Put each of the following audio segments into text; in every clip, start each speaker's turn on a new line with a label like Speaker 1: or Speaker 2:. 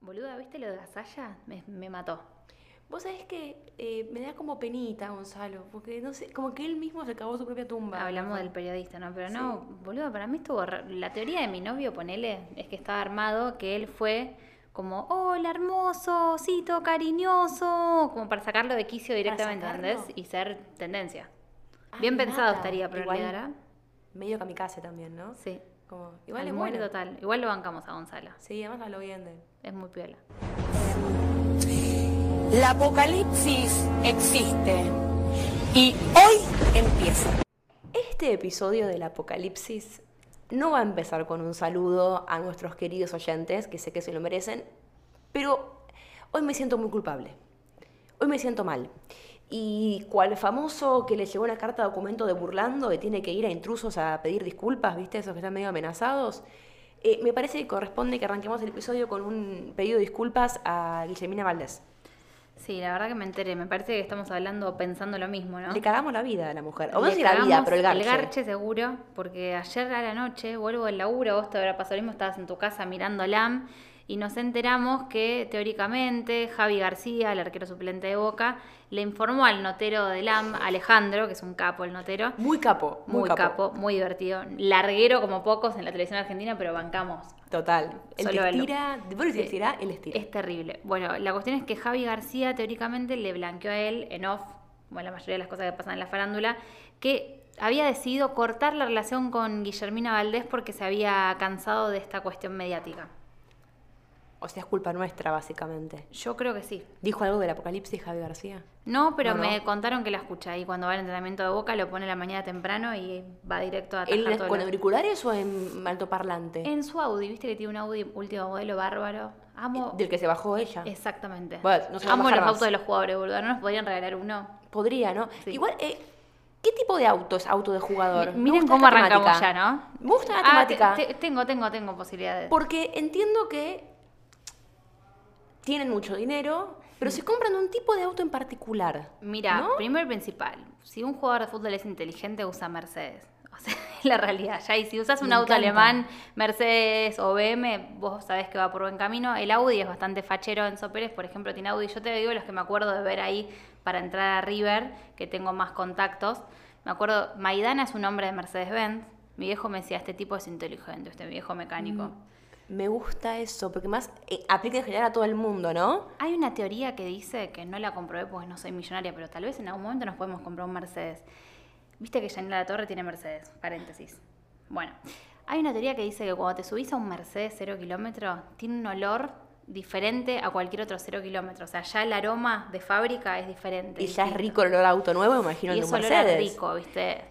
Speaker 1: Boluda, ¿viste lo de Gasalla? Me, me mató.
Speaker 2: Vos sabés que eh, me da como penita, Gonzalo, porque no sé, como que él mismo se acabó su propia tumba.
Speaker 1: Hablamos del periodista, ¿no? Pero no, boludo, para mí estuvo... ra- La teoría de mi novio, ponele, es que estaba armado, que él fue como, hola, hermoso, osito, cariñoso, como para sacarlo de quicio directamente,
Speaker 2: sacarlo?
Speaker 1: ¿entendés? Y ser tendencia.
Speaker 2: Ah,
Speaker 1: Bien
Speaker 2: me
Speaker 1: pensado
Speaker 2: mata.
Speaker 1: estaría, pero
Speaker 2: Igual,
Speaker 1: le dará.
Speaker 2: Medio kamikaze también, ¿no?
Speaker 1: Sí.
Speaker 2: Como, igual
Speaker 1: Al
Speaker 2: es
Speaker 1: muere
Speaker 2: bueno.
Speaker 1: total. Igual lo bancamos a Gonzalo.
Speaker 2: Sí, además habló bien de él.
Speaker 1: Es muy piola.
Speaker 3: La apocalipsis existe y hoy empieza.
Speaker 2: Este episodio del apocalipsis no va a empezar con un saludo a nuestros queridos oyentes, que sé que se lo merecen, pero hoy me siento muy culpable. Hoy me siento mal. Y cual famoso que le llegó una carta documento de burlando que tiene que ir a intrusos a pedir disculpas, ¿viste? Esos que están medio amenazados. Eh, me parece que corresponde que arranquemos el episodio con un pedido de disculpas a Guillemina Valdés.
Speaker 1: Sí, la verdad que me enteré. Me parece que estamos hablando o pensando lo mismo, ¿no?
Speaker 2: Le cagamos la vida a la mujer. O no
Speaker 1: Le
Speaker 2: sé si la vida,
Speaker 1: cagamos
Speaker 2: pero el garche.
Speaker 1: seguro, porque ayer a la noche vuelvo del laburo, vos te habrá pasado lo mismo, estabas en tu casa mirando LAM y nos enteramos que teóricamente Javi García, el arquero suplente de Boca, le informó al notero de LAM, Alejandro, que es un capo el notero,
Speaker 2: Muy capo, muy,
Speaker 1: muy capo, muy divertido, larguero como pocos en la televisión argentina, pero bancamos
Speaker 2: Total. El
Speaker 1: Solo
Speaker 2: que
Speaker 1: él.
Speaker 2: estira, vos el que
Speaker 1: Sí.
Speaker 2: estira, él estira.
Speaker 1: Es terrible. Bueno, la cuestión es que Javi García teóricamente le blanqueó a él en off, como la mayoría de las cosas que pasan en la farándula, que había decidido cortar la relación con Guillermina Valdés porque se había cansado de esta cuestión mediática.
Speaker 2: O sea, es culpa nuestra, básicamente.
Speaker 1: Yo creo que sí.
Speaker 2: ¿Dijo algo del apocalipsis Javi García?
Speaker 1: No, pero
Speaker 2: No,
Speaker 1: me
Speaker 2: no.
Speaker 1: contaron que la escucha y cuando va al entrenamiento de Boca lo pone a la mañana temprano y va directo a
Speaker 2: ¿Él
Speaker 1: atajar todo
Speaker 2: con
Speaker 1: lo-
Speaker 2: auriculares o en altoparlante?
Speaker 1: En su Audi, viste que tiene un Audi último modelo bárbaro. Amo.
Speaker 2: Del que se bajó ella.
Speaker 1: Exactamente.
Speaker 2: Bueno, no se va a
Speaker 1: Amo
Speaker 2: bajar
Speaker 1: los
Speaker 2: más.
Speaker 1: autos de los jugadores, boludo. ¿No nos podrían regalar uno?
Speaker 2: Podría, ¿no?
Speaker 1: Sí.
Speaker 2: Igual, eh, ¿qué tipo de auto es auto de jugador? Me
Speaker 1: Miren
Speaker 2: gusta
Speaker 1: cómo
Speaker 2: la
Speaker 1: arrancamos ya,
Speaker 2: temática.
Speaker 1: ¿no?
Speaker 2: Me gusta la
Speaker 1: Ah, te-
Speaker 2: temática.
Speaker 1: te- tengo, tengo, tengo posibilidades.
Speaker 2: Porque entiendo que tienen mucho dinero, pero se compran un tipo de auto en particular.
Speaker 1: Mira,
Speaker 2: ¿no?
Speaker 1: primero y principal, si un jugador de fútbol es inteligente, usa Mercedes. O sea, es la realidad. Ya, y si usas un
Speaker 2: Me
Speaker 1: auto
Speaker 2: encanta.
Speaker 1: alemán, Mercedes o BM, vos sabés que va por buen camino. El Audi es bastante fachero. Enzo Pérez, por ejemplo, tiene Audi. Yo te digo los que me acuerdo de ver ahí para entrar a River, que tengo más contactos. Me acuerdo, Maidana es un hombre de Mercedes-Benz. Mi viejo me decía, este tipo es inteligente, este viejo mecánico.
Speaker 2: Mm. Me gusta eso, porque más eh, aplica en general a todo el mundo, ¿no?
Speaker 1: Hay una teoría que dice, que no la comprobé porque no soy millonaria, pero tal vez en algún momento nos podemos comprar un Mercedes. Viste que Janela La Torre tiene Mercedes, paréntesis. Bueno, hay una teoría que dice que cuando te subís a un Mercedes cero kilómetro, tiene un olor diferente a cualquier otro cero kilómetro. O sea, ya el aroma de fábrica es diferente.
Speaker 2: Y ya es
Speaker 1: distinto.
Speaker 2: rico el olor a auto nuevo, me imagino,
Speaker 1: Y
Speaker 2: de un
Speaker 1: eso olor
Speaker 2: Mercedes.
Speaker 1: es rico, ¿viste?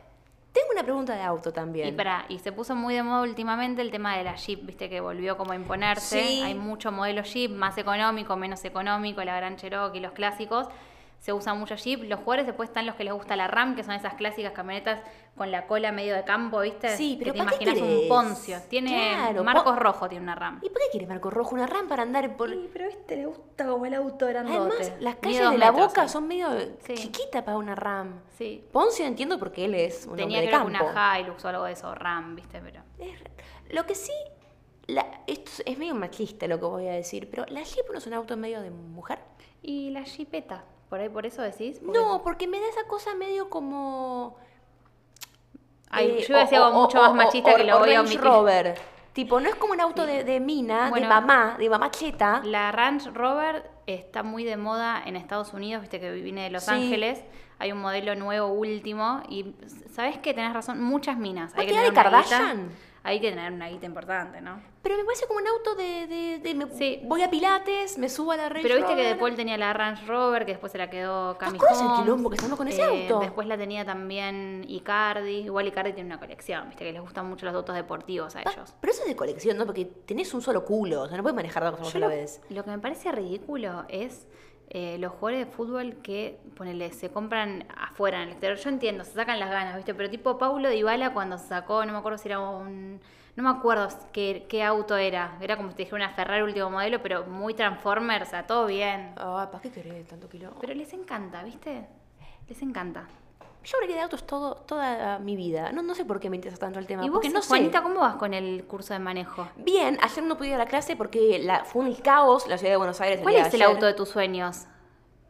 Speaker 2: Tengo una pregunta de auto también.
Speaker 1: Y, pará, y se puso muy de moda últimamente el tema de la Jeep, viste que volvió como a imponerse.
Speaker 2: Sí.
Speaker 1: Hay mucho modelo Jeep, más económico, menos económico, la Gran Cherokee, los clásicos. Se usa mucho Jeep. Los jugadores después están los que les gusta la Ram, que son esas clásicas camionetas con la cola medio de campo, ¿viste?
Speaker 2: Sí, pero
Speaker 1: que te
Speaker 2: ¿para qué
Speaker 1: imaginas un
Speaker 2: querés?
Speaker 1: Poncio. Tiene
Speaker 2: Claro,
Speaker 1: Marcos
Speaker 2: po-
Speaker 1: Rojo tiene una Ram.
Speaker 2: ¿Y por qué quiere Marco Rojo una RAM para andar por...?
Speaker 1: pero este le gusta como el auto grande.
Speaker 2: Además, las calles de la Boca son medio
Speaker 1: Sí.
Speaker 2: chiquitas para una RAM.
Speaker 1: Sí.
Speaker 2: Poncio entiendo porque él es un
Speaker 1: Tenía
Speaker 2: hombre
Speaker 1: que
Speaker 2: de
Speaker 1: ver
Speaker 2: campo.
Speaker 1: con una Hilux o algo de eso, Ram, ¿viste? Pero
Speaker 2: Es re- Lo que sí, la- esto es- es medio machista lo que voy a decir, pero ¿la Jeep no es un auto medio de mujer?
Speaker 1: y la Jeepeta, por ahí por eso decís? Porque-
Speaker 2: No, porque me da esa cosa medio como...
Speaker 1: Ay,
Speaker 2: eh,
Speaker 1: yo decía
Speaker 2: o-
Speaker 1: algo
Speaker 2: o-
Speaker 1: mucho
Speaker 2: o-
Speaker 1: más machista
Speaker 2: o-
Speaker 1: que
Speaker 2: o
Speaker 1: lo voy a
Speaker 2: Range
Speaker 1: omitir.
Speaker 2: Rover. Tipo, no es como un auto de, de mina,
Speaker 1: Bueno.
Speaker 2: de mamá, de mamá cheta.
Speaker 1: La Range Rover está muy de moda en Estados Unidos, viste que viene de Los
Speaker 2: Sí.
Speaker 1: Ángeles. Hay un modelo nuevo, último. Y sabes que tenés razón, muchas minas.
Speaker 2: ¿No
Speaker 1: Hay que
Speaker 2: te da
Speaker 1: tener
Speaker 2: de
Speaker 1: una guita.
Speaker 2: Kardashian?
Speaker 1: Hay que tener una guita importante, ¿no?
Speaker 2: Pero me parece como un auto de... de- de- me-
Speaker 1: Sí.
Speaker 2: Voy a Pilates, me subo a la Range
Speaker 1: Pero viste que De
Speaker 2: Rover.
Speaker 1: Paul tenía la Range Rover, que después se la quedó Cami
Speaker 2: acuerdas el
Speaker 1: Holmes. Eh,
Speaker 2: quilombo que se armó con ese auto?
Speaker 1: Después la tenía también Icardi. Igual Icardi tiene una colección, viste que les gustan mucho los autos deportivos a
Speaker 2: Pa-
Speaker 1: ellos.
Speaker 2: Pero eso es de colección, ¿no? Porque tenés un solo culo, o sea, no puedes manejar dos cosas
Speaker 1: Yo
Speaker 2: a la
Speaker 1: lo-
Speaker 2: vez.
Speaker 1: Lo que me parece ridículo es eh, los jugadores de fútbol que, ponele, se compran afuera, en el exterior. Yo entiendo, se sacan las ganas, ¿viste? Pero tipo Paulo Dybala cuando se sacó, no me acuerdo si era un... No me acuerdo qué, qué auto era. Era como si te dijera una Ferrari último modelo, pero muy Transformers, o sea, todo bien.
Speaker 2: Ah, ¿para qué querés tanto kilo?
Speaker 1: Pero les encanta, ¿viste? Les encanta.
Speaker 2: Yo hablé de autos todo, toda mi vida. No, no sé por qué me interesa tanto el tema.
Speaker 1: ¿Y vos,
Speaker 2: porque no sé.
Speaker 1: Juanita, cómo vas con el curso de manejo?
Speaker 2: Bien, ayer no pude ir a la clase porque la, fue un caos la ciudad de Buenos Aires.
Speaker 1: ¿Cuál
Speaker 2: día
Speaker 1: es el
Speaker 2: ayer.
Speaker 1: auto de tus sueños?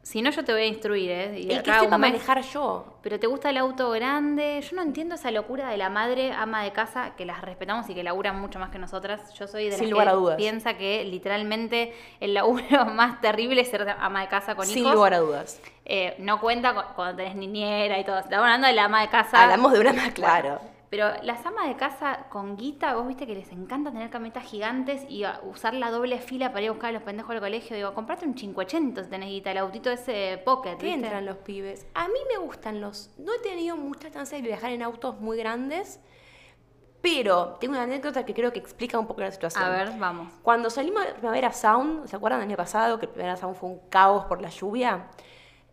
Speaker 1: Si no, yo te voy a instruir, ¿eh? Y
Speaker 2: El que
Speaker 1: acá un
Speaker 2: sepa
Speaker 1: mes-
Speaker 2: manejar yo.
Speaker 1: Pero te gusta el auto grande. Yo no entiendo esa locura de la madre ama de casa, que las respetamos y que laburan mucho más que nosotras. Yo soy de las
Speaker 2: Sin lugar
Speaker 1: que
Speaker 2: a dudas.
Speaker 1: piensa que literalmente el laburo más terrible es ser ama de casa con
Speaker 2: Sin
Speaker 1: hijos.
Speaker 2: lugar a dudas.
Speaker 1: Eh, no cuenta cu- cuando tenés niñera y todo. Estamos hablando de la ama de casa.
Speaker 2: Hablamos de una más claro.
Speaker 1: Pero las amas de casa con guita, vos viste que les encanta tener camionetas gigantes y a- usar la doble fila para ir a buscar a los pendejos al colegio. Digo, comprate un 580 si tenés guita, el autito ese pocket.
Speaker 2: ¿Qué
Speaker 1: ¿viste?
Speaker 2: entran los pibes? A mí me gustan los. No he tenido mucha chance de viajar en autos muy grandes, pero tengo una anécdota que creo que explica un poco la situación.
Speaker 1: A ver, vamos.
Speaker 2: Cuando salimos de Primavera Sound, ¿se acuerdan del año pasado que Primavera Sound fue un caos por la lluvia?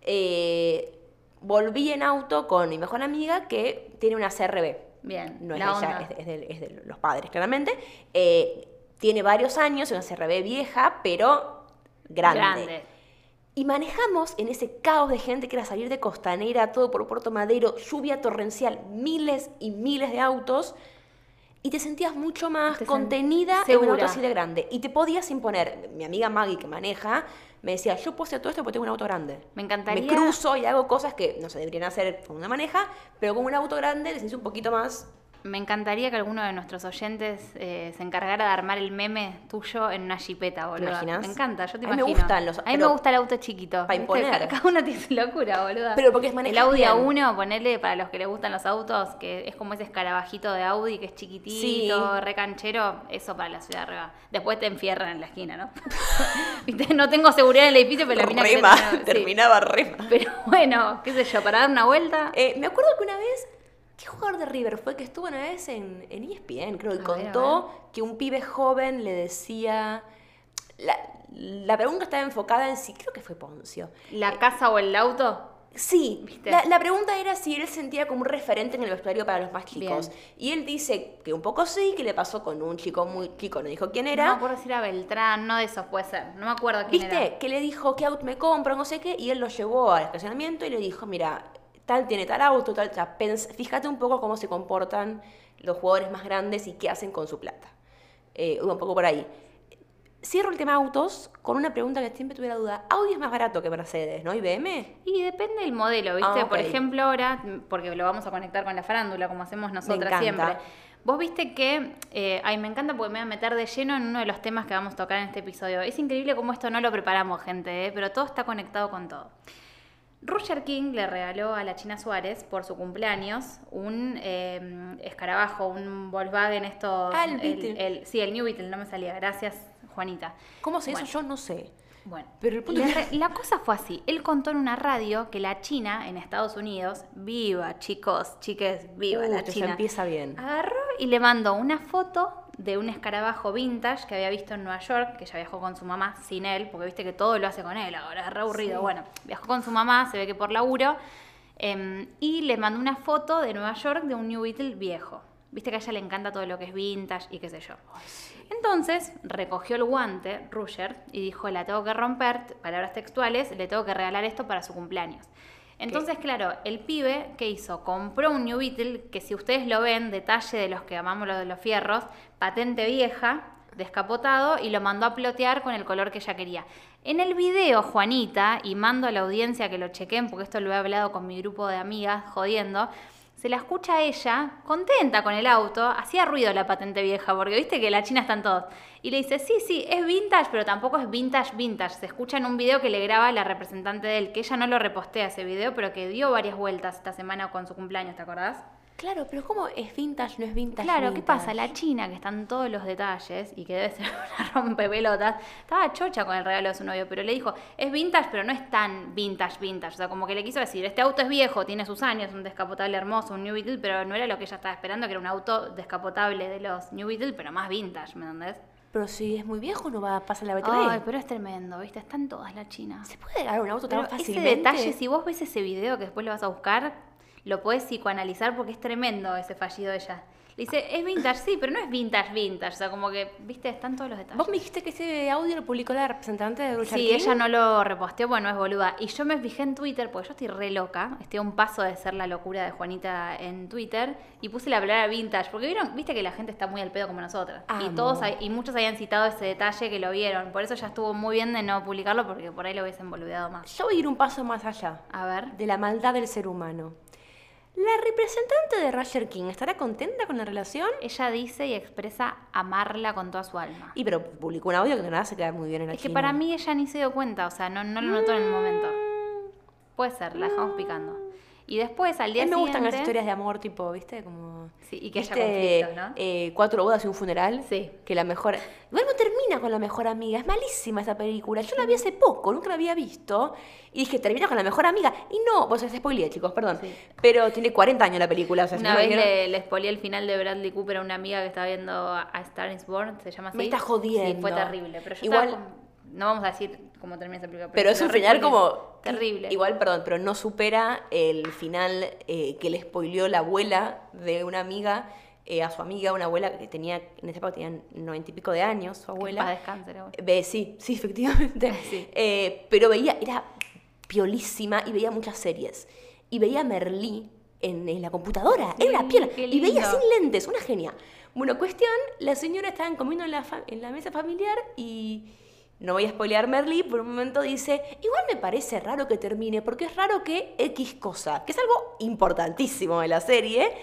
Speaker 2: Eh, volví en auto con mi mejor amiga que tiene una CRB.
Speaker 1: Bien.
Speaker 2: No es
Speaker 1: la
Speaker 2: de
Speaker 1: onda.
Speaker 2: ella, es de, es de- es de los padres, claramente. Eh, tiene varios años, es una CRB vieja, pero grande. Y manejamos en ese caos de gente que era salir de Costanera, todo por Puerto Madero, lluvia torrencial, miles y miles de autos. Y te sentías mucho más
Speaker 1: Te sen-
Speaker 2: contenida en un
Speaker 1: segura.
Speaker 2: auto así de grande. Y te podías imponer. Mi amiga Maggie, que maneja, me decía, yo puedo hacer todo esto porque tengo un auto grande.
Speaker 1: Me encantaría-
Speaker 2: Me cruzo y hago cosas que no se deberían hacer con una maneja, pero con un auto grande te sientes un poquito más...
Speaker 1: Me encantaría que alguno de nuestros oyentes eh, se encargara de armar el meme tuyo en una jipeta, boludo.
Speaker 2: imaginas?
Speaker 1: Me encanta, yo te
Speaker 2: A mí me
Speaker 1: imagino.
Speaker 2: gustan los-
Speaker 1: A mí me
Speaker 2: pero-
Speaker 1: gusta el auto chiquito.
Speaker 2: Pa'
Speaker 1: ¿viste?
Speaker 2: imponer.
Speaker 1: Ca- Cada uno tiene su locura, boludo.
Speaker 2: Pero porque es
Speaker 1: El
Speaker 2: manejar
Speaker 1: Audi
Speaker 2: bien.
Speaker 1: A1, ponele para los que les gustan los autos, que es como ese escarabajito de Audi que es chiquitito,
Speaker 2: Sí.
Speaker 1: recanchero, eso para la ciudad arriba. Después te enfierran en la esquina, ¿no? ¿Viste? No tengo seguridad en el edificio, pero la mina que
Speaker 2: Rema,
Speaker 1: te- sí.
Speaker 2: terminaba rema.
Speaker 1: Pero bueno, qué sé yo, para dar una vuelta.
Speaker 2: Eh, me acuerdo que una vez, ¿qué jugador de River fue que estuvo una vez en, E en ESPN? Creo
Speaker 1: A
Speaker 2: que
Speaker 1: ver,
Speaker 2: contó que un pibe joven le decía. La, la pregunta estaba enfocada en si. Creo que fue Poncio.
Speaker 1: La casa o el auto.
Speaker 2: Sí,
Speaker 1: ¿Viste?
Speaker 2: la, la pregunta era si él sentía como un referente en el vestuario para los más chicos.
Speaker 1: Bien.
Speaker 2: Y él dice que un poco sí, que le pasó con un chico muy chico, no dijo quién
Speaker 1: No
Speaker 2: era.
Speaker 1: me acuerdo si era Beltrán, no de esos puede ser. No me acuerdo quién
Speaker 2: ¿Viste?
Speaker 1: era.
Speaker 2: Que le dijo qué auto me compro, no sé qué, y él lo llevó al estacionamiento y le dijo, mira, tal tiene tal auto, tal, tal. pens- fíjate un poco cómo se comportan los jugadores más grandes y qué hacen con su plata. Eh, un poco por ahí. Cierro el tema autos con una pregunta que siempre tuve la duda. Audi es más barato que Mercedes, ¿no? IBM.
Speaker 1: Y depende del modelo, ¿viste?
Speaker 2: Ah, ok.
Speaker 1: Por ejemplo, ahora, porque lo vamos a conectar con la farándula, como hacemos nosotras
Speaker 2: encanta.
Speaker 1: siempre. Vos viste que, eh, ay, me encanta porque me voy a meter de lleno en uno de los temas que vamos a tocar en este episodio. Es increíble cómo esto no lo preparamos, gente, ¿eh? pero todo está conectado con todo. Roger King le regaló a la China Suárez por su cumpleaños un eh, escarabajo, un Volkswagen, esto...
Speaker 2: Ah, el Beetle.
Speaker 1: sí, el New Beetle, no me salía. Gracias, Juanita.
Speaker 2: ¿Cómo se hizo?
Speaker 1: Bueno.
Speaker 2: Yo no sé.
Speaker 1: Bueno,
Speaker 2: Pero el punto
Speaker 1: la,
Speaker 2: es-
Speaker 1: re- la cosa fue así. Él contó en una radio que la China en Estados Unidos, viva chicos, chiques, viva
Speaker 2: Uh,
Speaker 1: la
Speaker 2: esto ya
Speaker 1: China.
Speaker 2: empieza bien.
Speaker 1: Agarró y le mandó una foto de un escarabajo vintage que había visto en Nueva York, que ella viajó con su mamá sin él, porque viste que todo lo hace con él, ahora es re aburrido.
Speaker 2: Sí.
Speaker 1: Bueno, viajó con su mamá, se ve que por laburo, em, y le mandó una foto de Nueva York de un New Beetle viejo. Viste que a ella le encanta todo lo que es vintage y qué sé yo. Entonces recogió el guante, Ruger, y dijo, la tengo que romper, palabras textuales, le tengo que regalar esto para su cumpleaños. Entonces, claro, el pibe, ¿qué hizo? Compró un New Beetle, que si ustedes lo ven, detalle de los que amamos los de los fierros, patente vieja, descapotado, y lo mandó a plotear con el color que ella quería. En el video, Juanita, y mando a la audiencia que lo chequen, porque esto lo he hablado con mi grupo de amigas, jodiendo, se la escucha a ella, contenta con el auto, hacía ruido la patente vieja, porque viste que la China están todos. Y le dice, sí, sí, es vintage, pero tampoco es vintage, vintage. Se escucha en un video que le graba la representante de él, que ella no lo repostea ese video, pero que dio varias vueltas esta semana con su cumpleaños, ¿te acordás?
Speaker 2: Claro, pero ¿cómo es vintage, no es vintage?
Speaker 1: Claro, ¿qué
Speaker 2: vintage?
Speaker 1: pasa? La China, que están todos los detalles y que debe ser una rompepelotas, estaba chocha con el regalo de su novio, pero le dijo, es vintage, pero no es tan vintage, vintage. O sea, como que le quiso decir, este auto es viejo, tiene sus años, un descapotable hermoso, un New Beetle, pero no era lo que ella estaba esperando, que era un auto descapotable de los New Beetle, pero más vintage, ¿me entendés?
Speaker 2: Pero si es muy viejo, no va a pasar la BTV.
Speaker 1: Ay, pero es tremendo, ¿viste? Están todas la China.
Speaker 2: ¿Se puede dar un auto
Speaker 1: Pero
Speaker 2: tan
Speaker 1: ese
Speaker 2: fácilmente?
Speaker 1: detalle, si vos ves ese video que después lo vas a buscar, lo podés psicoanalizar porque es tremendo ese fallido de ella. Le dice, es vintage, sí, pero no es vintage, vintage. O sea, como que, viste, están todos los detalles.
Speaker 2: Vos me dijiste que ese audio lo publicó la representante de Bruce
Speaker 1: Sí, ella no lo reposteó, bueno, es boluda. Y yo me fijé en Twitter, porque yo estoy re loca, estoy a un paso de ser la locura de Juanita en Twitter, y puse la palabra vintage, porque vieron, viste que la gente está muy al pedo como nosotras. Y
Speaker 2: Amo.
Speaker 1: todos hay- y muchos habían citado ese detalle que lo vieron. Por eso ya estuvo muy bien de no publicarlo, porque por ahí lo hubiesen boludeado más.
Speaker 2: Yo voy a ir un paso más allá.
Speaker 1: A ver.
Speaker 2: de la maldad del ser humano. ¿La representante de Roger King estará contenta con la relación?
Speaker 1: Ella dice y expresa amarla con toda su alma.
Speaker 2: Y pero publicó un audio que nada se queda muy bien en la
Speaker 1: Es que
Speaker 2: China.
Speaker 1: para mí ella ni se dio cuenta, o sea, no, no lo notó en el momento. Puede ser, la dejamos picando. Y después, al
Speaker 2: Mm. A
Speaker 1: día
Speaker 2: mí me
Speaker 1: siguiente...
Speaker 2: gustan las historias de amor, tipo, ¿viste? Como.
Speaker 1: Sí, y que haya
Speaker 2: ¿viste?
Speaker 1: conflictos, ¿no?
Speaker 2: Eh, cuatro bodas y un funeral.
Speaker 1: Sí.
Speaker 2: Que la mejor. Igual no termina con la mejor amiga. Es malísima esa película. Yo la vi hace poco, nunca la había visto. Y dije, termina con la mejor amiga. Y no, vos se spoileé, chicos, perdón.
Speaker 1: Sí.
Speaker 2: Pero tiene 40 años la película. O sea, si
Speaker 1: Una
Speaker 2: no la
Speaker 1: vez
Speaker 2: vieron-
Speaker 1: le, le spoileé el final de Bradley Cooper a una amiga que estaba viendo a a Star is Born, se llama así.
Speaker 2: Me estás jodiendo.
Speaker 1: Sí, fue terrible. Pero yo
Speaker 2: Igual-
Speaker 1: estaba con- No vamos a decir cómo termina esa película.
Speaker 2: Pero es
Speaker 1: se
Speaker 2: un
Speaker 1: la
Speaker 2: final
Speaker 1: recuerdo.
Speaker 2: como.
Speaker 1: Terrible.
Speaker 2: Igual, perdón, pero no supera el final eh, que le spoileó la abuela de una amiga eh, a su amiga, una abuela que tenía, en esa época tenía noventa y pico de años, su
Speaker 1: Que en
Speaker 2: abuela.
Speaker 1: paz descanse, la abuela.
Speaker 2: Eh, Ve, sí, sí, efectivamente.
Speaker 1: Sí.
Speaker 2: Eh, pero veía, era piolísima y veía muchas series. Y veía a Merlí en, en la computadora.
Speaker 1: Sí,
Speaker 2: era una piola.
Speaker 1: Mm, qué
Speaker 2: Y veía
Speaker 1: lindo.
Speaker 2: sin lentes, una genia. Bueno, cuestión, la señora estaban comiendo en la, fa- en la mesa familiar y. No voy a spoilear Merlí, por un momento dice, igual me parece raro que termine, porque es raro que X cosa, que es algo importantísimo de la serie,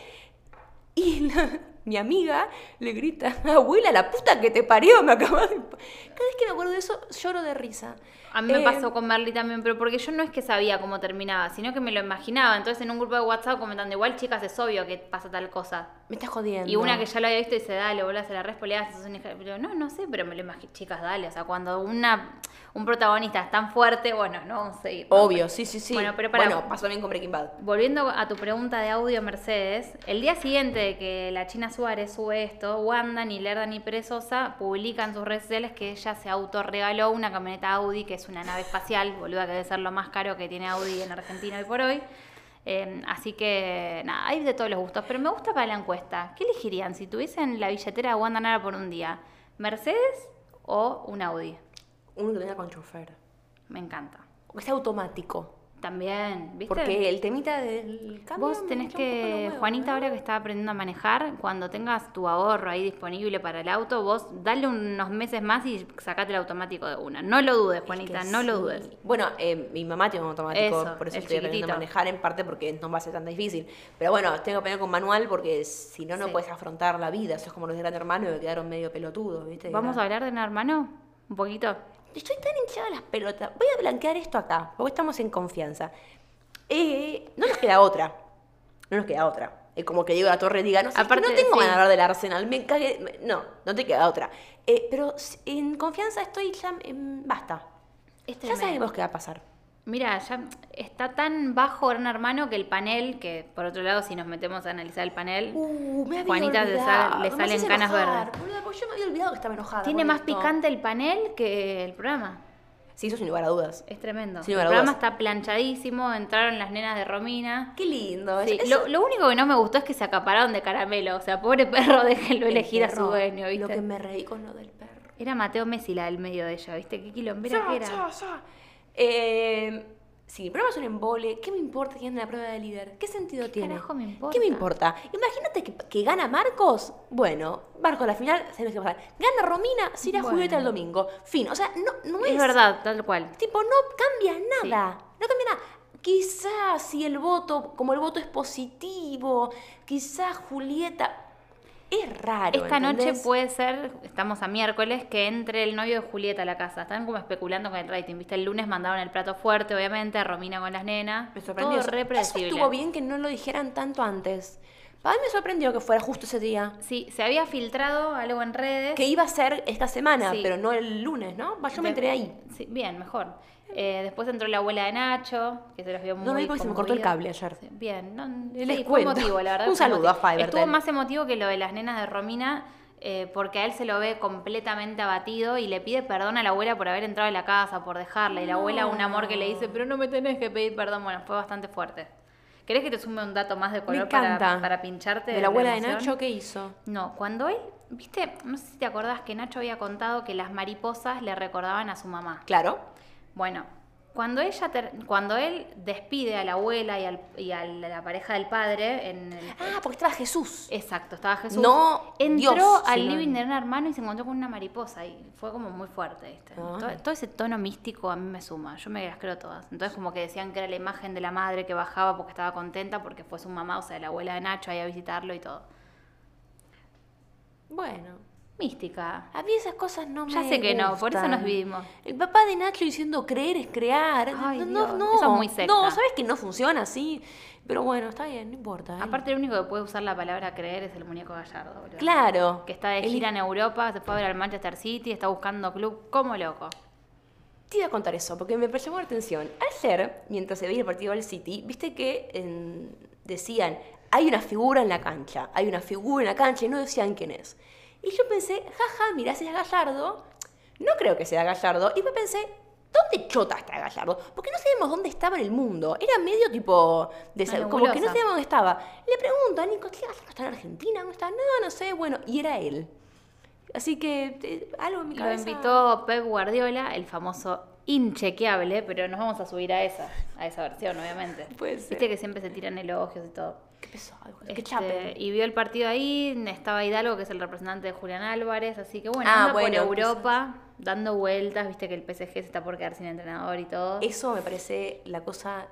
Speaker 2: y la- mi amiga le grita, abuela, la puta que te parió, me acabas de... pa-". Cada vez que me acuerdo de eso, lloro de risa.
Speaker 1: A mí me
Speaker 2: Eh,
Speaker 1: pasó con Merly también, pero porque yo no es que sabía cómo terminaba, sino que me lo imaginaba. Entonces en un grupo de WhatsApp comentando, igual chicas, es obvio que pasa tal cosa.
Speaker 2: Me estás jodiendo.
Speaker 1: Y una que ya lo había visto y dice, dale, boludo, se la respoleás, sos una hija de-". Pero no, no sé, pero me lo imagino, chicas, dale. O sea, cuando una, un protagonista es tan fuerte, bueno, no vamos a seguir. ¿no?
Speaker 2: Obvio, sí, sí, sí.
Speaker 1: Bueno, pero para-
Speaker 2: Bueno, pasó también con Breaking Bad.
Speaker 1: Volviendo a tu pregunta de audio, Mercedes, el día siguiente de que la China Suárez sube esto, Wanda, ni Lerda ni Perezosa publican en sus redes sociales que ella se autorregaló una camioneta Audi, que es una nave espacial, boluda, que debe ser lo más caro que tiene Audi en Argentina hoy por hoy. Eh, así que, nada, hay de todos los gustos. Pero me gusta para la encuesta. ¿Qué elegirían si tuviesen la billetera de Wanda Nara por un día? ¿Mercedes o un Audi?
Speaker 2: Uno que venga con chofer.
Speaker 1: Me encanta.
Speaker 2: O que sea automático.
Speaker 1: También, ¿viste?
Speaker 2: Porque el temita del cambio...
Speaker 1: Vos
Speaker 2: me
Speaker 1: tenés
Speaker 2: hincha un poco ¿eh? los
Speaker 1: que,
Speaker 2: huevos,
Speaker 1: Juanita,
Speaker 2: ¿no?
Speaker 1: ahora que está aprendiendo a manejar, cuando tengas tu ahorro ahí disponible para el auto, vos dale unos meses más y sacate el automático de una. No lo dudes,
Speaker 2: Es
Speaker 1: Juanita,
Speaker 2: que
Speaker 1: no lo
Speaker 2: sí.
Speaker 1: dudes.
Speaker 2: Bueno, eh, mi mamá tiene un automático,
Speaker 1: Eso,
Speaker 2: por eso
Speaker 1: el
Speaker 2: estoy aprendiendo a
Speaker 1: chiquitito.
Speaker 2: manejar en parte porque no va a ser tan difícil. Pero bueno, tengo que poner con manual porque si no, no
Speaker 1: Sí.
Speaker 2: puedes afrontar la vida. Eso es como los de Gran Hermano y me quedaron medio pelotudos, ¿viste?
Speaker 1: ¿Vamos a hablar de un hermano? ¿Un poquito?
Speaker 2: Estoy tan hinchada las pelotas. Voy a blanquear esto acá, porque estamos en confianza. Eh, no nos queda otra. No nos queda otra. Es como que Diego La Torre diga, no sé, es que
Speaker 1: Aparte,
Speaker 2: no tengo
Speaker 1: sí.
Speaker 2: ganas de hablar del Arsenal, me cague. me- No, no te queda otra. Eh, pero s- en confianza estoy ya. em, basta.
Speaker 1: Este
Speaker 2: Ya sabemos qué va a pasar.
Speaker 1: Mira, ya está tan bajo Gran Hermano que el panel, que por otro lado, si nos metemos a analizar el panel,
Speaker 2: Uh, me había
Speaker 1: Juanita le
Speaker 2: olvidado.
Speaker 1: sal- le
Speaker 2: Me haces
Speaker 1: salen canas
Speaker 2: enojar,
Speaker 1: verdes.
Speaker 2: boluda, porque yo me había olvidado que estaba enojada.
Speaker 1: tiene
Speaker 2: con
Speaker 1: más
Speaker 2: esto.
Speaker 1: picante el panel que el programa.
Speaker 2: Sí, eso sin lugar a dudas.
Speaker 1: Es tremendo.
Speaker 2: Sin
Speaker 1: el
Speaker 2: lugar a
Speaker 1: programa
Speaker 2: dudas.
Speaker 1: está planchadísimo, entraron las nenas de Romina.
Speaker 2: Qué lindo. es-
Speaker 1: Sí,
Speaker 2: es-
Speaker 1: lo, lo único que no me gustó es que se acapararon de caramelo. O sea, pobre perro, déjenlo
Speaker 2: el
Speaker 1: elegir a
Speaker 2: perro,
Speaker 1: su dueño, ¿viste?
Speaker 2: Lo que me reí con lo del perro.
Speaker 1: Era Mateo Messi la del medio de ella, ¿viste? Qué quilombera
Speaker 2: Sa,
Speaker 1: que era.
Speaker 2: sa, sa. Eh, si mi prueba es un embole, ¿qué me importa quién es la prueba de líder? ¿Qué sentido tiene?
Speaker 1: carajo me importa?
Speaker 2: ¿Qué me importa? Imagínate que, que gana Marcos. Bueno, Marcos, la final, sabemos qué va a pasar. Gana Romina, se irá
Speaker 1: Bueno.
Speaker 2: Julieta el domingo. Fin. O sea, no, no
Speaker 1: es,
Speaker 2: es.
Speaker 1: verdad, tal cual.
Speaker 2: Tipo, no cambia nada. No cambia nada. Quizás si el voto, como el voto es positivo, quizás Julieta. Es raro.
Speaker 1: Esta noche
Speaker 2: ¿entendés?
Speaker 1: puede ser, estamos a miércoles, que entre el novio de Julieta a la casa. Están como especulando con el rating, ¿viste? El lunes mandaron el plato fuerte, obviamente, a Romina con las nenas.
Speaker 2: Me sorprendió.
Speaker 1: Todo re
Speaker 2: eso
Speaker 1: predecible.
Speaker 2: estuvo bien que no lo dijeran tanto antes. Para mí me sorprendió que fuera justo ese día.
Speaker 1: Sí, se había filtrado algo en redes.
Speaker 2: Que iba a ser esta semana,
Speaker 1: Sí.
Speaker 2: pero no el lunes, ¿no? Va, Yo
Speaker 1: De-
Speaker 2: me enteré ahí.
Speaker 1: Sí, bien, mejor. Eh, después entró la abuela de Nacho, que se los vio muy
Speaker 2: lo vi porque se me cortó el
Speaker 1: conmovidos.
Speaker 2: cable
Speaker 1: Sí,
Speaker 2: ayer.
Speaker 1: Bien, no,
Speaker 2: Les
Speaker 1: sí, fue
Speaker 2: cuento.
Speaker 1: emotivo, la verdad.
Speaker 2: Un
Speaker 1: fue
Speaker 2: saludo a
Speaker 1: emotivo.
Speaker 2: Fivertel.
Speaker 1: Estuvo más emotivo que lo de las nenas de Romina, eh, porque a él se lo ve completamente abatido y le pide perdón a la abuela por haber entrado a la casa, por dejarla. Y la abuela, un amor que le dice, pero no me tenés que pedir perdón. Bueno, fue bastante fuerte. ¿Querés que te sume un dato más de color
Speaker 2: Me encanta.
Speaker 1: para, para pincharte?
Speaker 2: ¿De la abuela de
Speaker 1: emoción?
Speaker 2: Nacho qué hizo?
Speaker 1: No, cuando él, viste, no sé si te acordás que Nacho había contado que las mariposas le recordaban a su mamá.
Speaker 2: Claro.
Speaker 1: Bueno, cuando ella ter- cuando él despide a la abuela y, al- y a la pareja del padre en el-
Speaker 2: Ah, porque estaba Jesús.
Speaker 1: Exacto, estaba Jesús.
Speaker 2: No,
Speaker 1: entró
Speaker 2: Dios,
Speaker 1: al
Speaker 2: sino-
Speaker 1: living de un hermano y se encontró con una mariposa y fue como muy fuerte, ¿viste?
Speaker 2: Ah.
Speaker 1: Todo, todo ese tono místico a mí me suma, yo me las creo todas. Entonces como que decían que era la imagen de la madre que bajaba porque estaba contenta porque fue su mamá, o sea, la abuela de Nacho ahí a visitarlo y todo.
Speaker 2: Bueno,
Speaker 1: Mística.
Speaker 2: a mí esas cosas no me
Speaker 1: Ya sé que no, por eso
Speaker 2: gustan.
Speaker 1: nos vivimos.
Speaker 2: El papá de Nacho diciendo creer es crear.
Speaker 1: Ay,
Speaker 2: no, no,
Speaker 1: Dios,
Speaker 2: no.
Speaker 1: eso es muy secta.
Speaker 2: No, sabes que no funciona así. Pero bueno, está bien, no importa. ¿eh?
Speaker 1: Aparte el único que puede usar la palabra creer es el muñeco gallardo, boludo.
Speaker 2: claro.
Speaker 1: Que está de
Speaker 2: El-
Speaker 1: gira en Europa, se fue a ver al Manchester City, está buscando club como loco.
Speaker 2: Te iba a contar eso, porque me llamó la atención. Ayer, mientras se veía el partido del City, viste que en- decían, hay una figura en la cancha, hay una figura en la cancha, y no decían quién es. Y yo pensé, jaja, mirá, si es Gallardo, no creo que sea Gallardo. Y después pensé, ¿dónde chota está Gallardo? Porque no sabemos dónde estaba en el mundo. Era medio tipo, de,
Speaker 1: Una
Speaker 2: como que no
Speaker 1: nebulosa.
Speaker 2: sabíamos dónde estaba. Le pregunto a Nico, ¿qué Gallardo está en Argentina? ¿Dónde está? No, no sé, bueno, y era él. Así que eh, algo en mi
Speaker 1: Lo
Speaker 2: cabeza...
Speaker 1: invitó Pep Guardiola, el famoso inchequeable, pero nos vamos a subir a esa, a esa versión, obviamente.
Speaker 2: Puede ser.
Speaker 1: Viste que siempre se tiran elogios y todo.
Speaker 2: Qué pesado, qué
Speaker 1: Este,
Speaker 2: chape.
Speaker 1: y vio el partido ahí, estaba Hidalgo, que es el representante de Julián Álvarez, así que bueno,
Speaker 2: Ah,
Speaker 1: anda por
Speaker 2: bueno,
Speaker 1: Europa, dando vueltas, viste que el PSG se está por quedar sin entrenador y todo.
Speaker 2: Eso me parece la cosa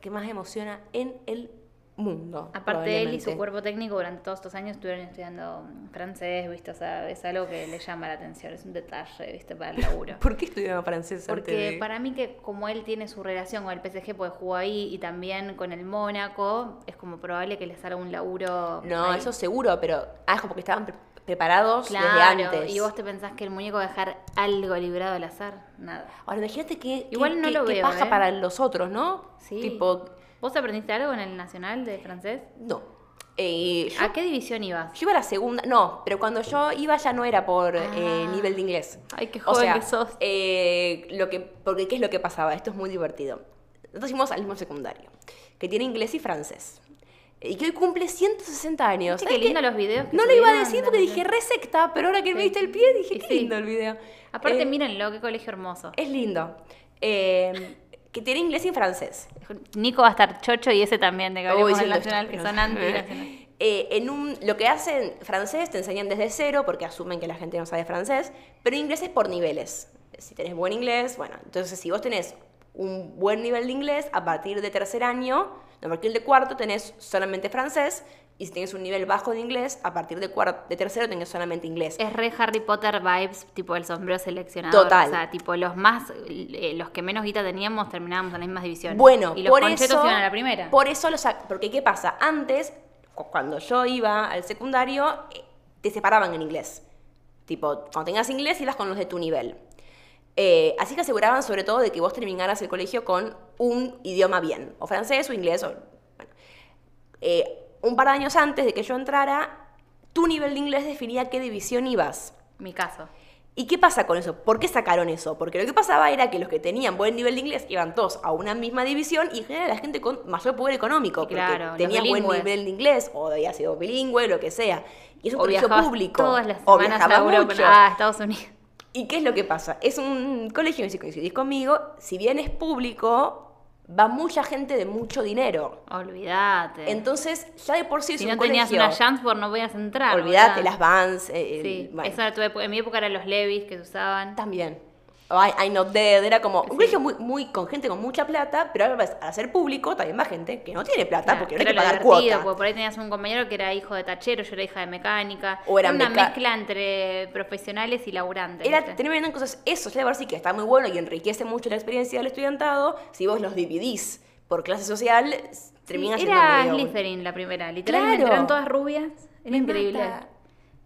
Speaker 2: que más emociona en el mundo.
Speaker 1: Aparte él y su
Speaker 2: probablemente.
Speaker 1: cuerpo técnico durante todos estos años estuvieron estudiando mm, francés, viste, o sea, es algo que le llama la atención, es un detalle, viste, para el laburo.
Speaker 2: ¿Por qué estudiaba francés antes
Speaker 1: Porque
Speaker 2: de-
Speaker 1: para mí que como él tiene su relación con el PSG, porque pues jugó ahí, y también con el Mónaco, es como probable que les salga un laburo.
Speaker 2: No,
Speaker 1: ahí.
Speaker 2: eso seguro, pero... Ah, es como que estaban pre- preparados
Speaker 1: claro.
Speaker 2: desde antes.
Speaker 1: Y vos te pensás que el muñeco va a dejar algo librado al azar, nada.
Speaker 2: Ahora imagínate que,
Speaker 1: Igual no lo veo,
Speaker 2: paja
Speaker 1: ¿eh?
Speaker 2: para los otros, ¿no?
Speaker 1: Sí.
Speaker 2: Tipo,
Speaker 1: ¿Vos aprendiste algo en el Nacional de francés?
Speaker 2: no. Eh, yo,
Speaker 1: ¿A qué división ibas?
Speaker 2: yo iba a la segunda... No, pero cuando yo iba ya no era por eh,
Speaker 1: Ah.
Speaker 2: nivel de inglés.
Speaker 1: Ay, qué
Speaker 2: O
Speaker 1: joven
Speaker 2: sea,
Speaker 1: que sos.
Speaker 2: eh, lo que, porque ¿qué es lo que pasaba? Esto es muy divertido. Nosotros íbamos al mismo secundario, que tiene inglés y francés. Y que hoy cumple 160 años.
Speaker 1: Viste
Speaker 2: ¿Sabes
Speaker 1: qué lindo los videos que
Speaker 2: No lo iba a
Speaker 1: subieron?
Speaker 2: decir porque dije resecta, pero ahora que me
Speaker 1: Sí.
Speaker 2: diste el pie dije
Speaker 1: Y
Speaker 2: qué
Speaker 1: sí.
Speaker 2: lindo el video.
Speaker 1: Aparte,
Speaker 2: Eh,
Speaker 1: mírenlo, qué colegio hermoso.
Speaker 2: Es lindo. Eh, que tiene inglés y francés.
Speaker 1: Nico va a estar chocho y ese también, de que hablemos
Speaker 2: Uy,
Speaker 1: del
Speaker 2: sí, lo
Speaker 1: Nacional,
Speaker 2: está-
Speaker 1: que
Speaker 2: lo
Speaker 1: son
Speaker 2: está-
Speaker 1: anti
Speaker 2: Eh, en un, lo que hacen francés te enseñan desde cero porque asumen que la gente no sabe francés, pero inglés es por niveles. Si tenés buen inglés, bueno, entonces si vos tenés un buen nivel de inglés, a partir de tercer año, no, a partir de cuarto tenés solamente francés, y si tenés un nivel bajo de inglés, a partir de, cuar- de tercero tenés solamente inglés.
Speaker 1: Es re Harry Potter vibes, tipo el sombrero seleccionador.
Speaker 2: Total.
Speaker 1: O sea, tipo los más, eh, los que menos guita teníamos terminábamos en las mismas divisiones.
Speaker 2: Bueno,
Speaker 1: y los
Speaker 2: por
Speaker 1: conchetos
Speaker 2: eso,
Speaker 1: iban a la primera.
Speaker 2: Por eso los sac- porque qué pasa, antes cu- cuando yo iba al secundario eh, te separaban en inglés. Tipo, cuando tengas inglés ibas con los de tu nivel. Eh, así que aseguraban sobre todo de que vos terminaras el colegio con un idioma bien, o francés o inglés o eh, un par de años antes de que yo entrara, tu nivel de inglés definía qué división ibas.
Speaker 1: Mi caso.
Speaker 2: ¿Y qué pasa con eso? ¿Por qué sacaron eso? Porque lo que pasaba era que los que tenían buen nivel de inglés iban todos a una misma división y en general la gente con mayor poder económico, porque
Speaker 1: Claro, los
Speaker 2: tenía buen
Speaker 1: bilingües.
Speaker 2: nivel de inglés o había sido bilingüe, lo que sea. Y es un
Speaker 1: O
Speaker 2: colegio
Speaker 1: viajabas
Speaker 2: público.
Speaker 1: Todas las
Speaker 2: o
Speaker 1: semanas
Speaker 2: viajaba
Speaker 1: a Europa, Ah.
Speaker 2: mucho.
Speaker 1: a Estados Unidos.
Speaker 2: ¿Y qué es lo que pasa? Es un colegio, si coincidís conmigo, si bien es público, va mucha gente de mucho dinero.
Speaker 1: Olvídate.
Speaker 2: Entonces, ya de por sí es
Speaker 1: si
Speaker 2: un
Speaker 1: no tenías
Speaker 2: colegio.
Speaker 1: una chance por no podías entrar.
Speaker 2: Olvídate,
Speaker 1: boluda.
Speaker 2: las vans. eh, eh,
Speaker 1: Sí,
Speaker 2: bueno.
Speaker 1: esa era tu época. En mi época eran los levis que se usaban.
Speaker 2: También. O I, I Not Dead, era como un colegio muy, muy, con gente con mucha plata, pero ahora vas- al ser público también va gente que no tiene plata
Speaker 1: Claro,
Speaker 2: porque no
Speaker 1: que
Speaker 2: hay que
Speaker 1: era lo
Speaker 2: pagar
Speaker 1: divertido,
Speaker 2: cuota.
Speaker 1: porque por ahí tenías un compañero que era hijo de tachero, yo era hija de mecánica.
Speaker 2: O eran
Speaker 1: una
Speaker 2: meca-
Speaker 1: mezcla entre profesionales y laburantes.
Speaker 2: Era
Speaker 1: ¿viste?
Speaker 2: tremendo, entonces eso ya de por sí que está muy bueno y enriquece mucho la experiencia del estudiantado. Si vos los dividís por clase social, s- termina
Speaker 1: Sí,
Speaker 2: siendo
Speaker 1: Era
Speaker 2: medio un-
Speaker 1: Slytherin la primera, literalmente
Speaker 2: Claro.
Speaker 1: eran todas rubias. Era
Speaker 2: Me
Speaker 1: increíble.
Speaker 2: mata.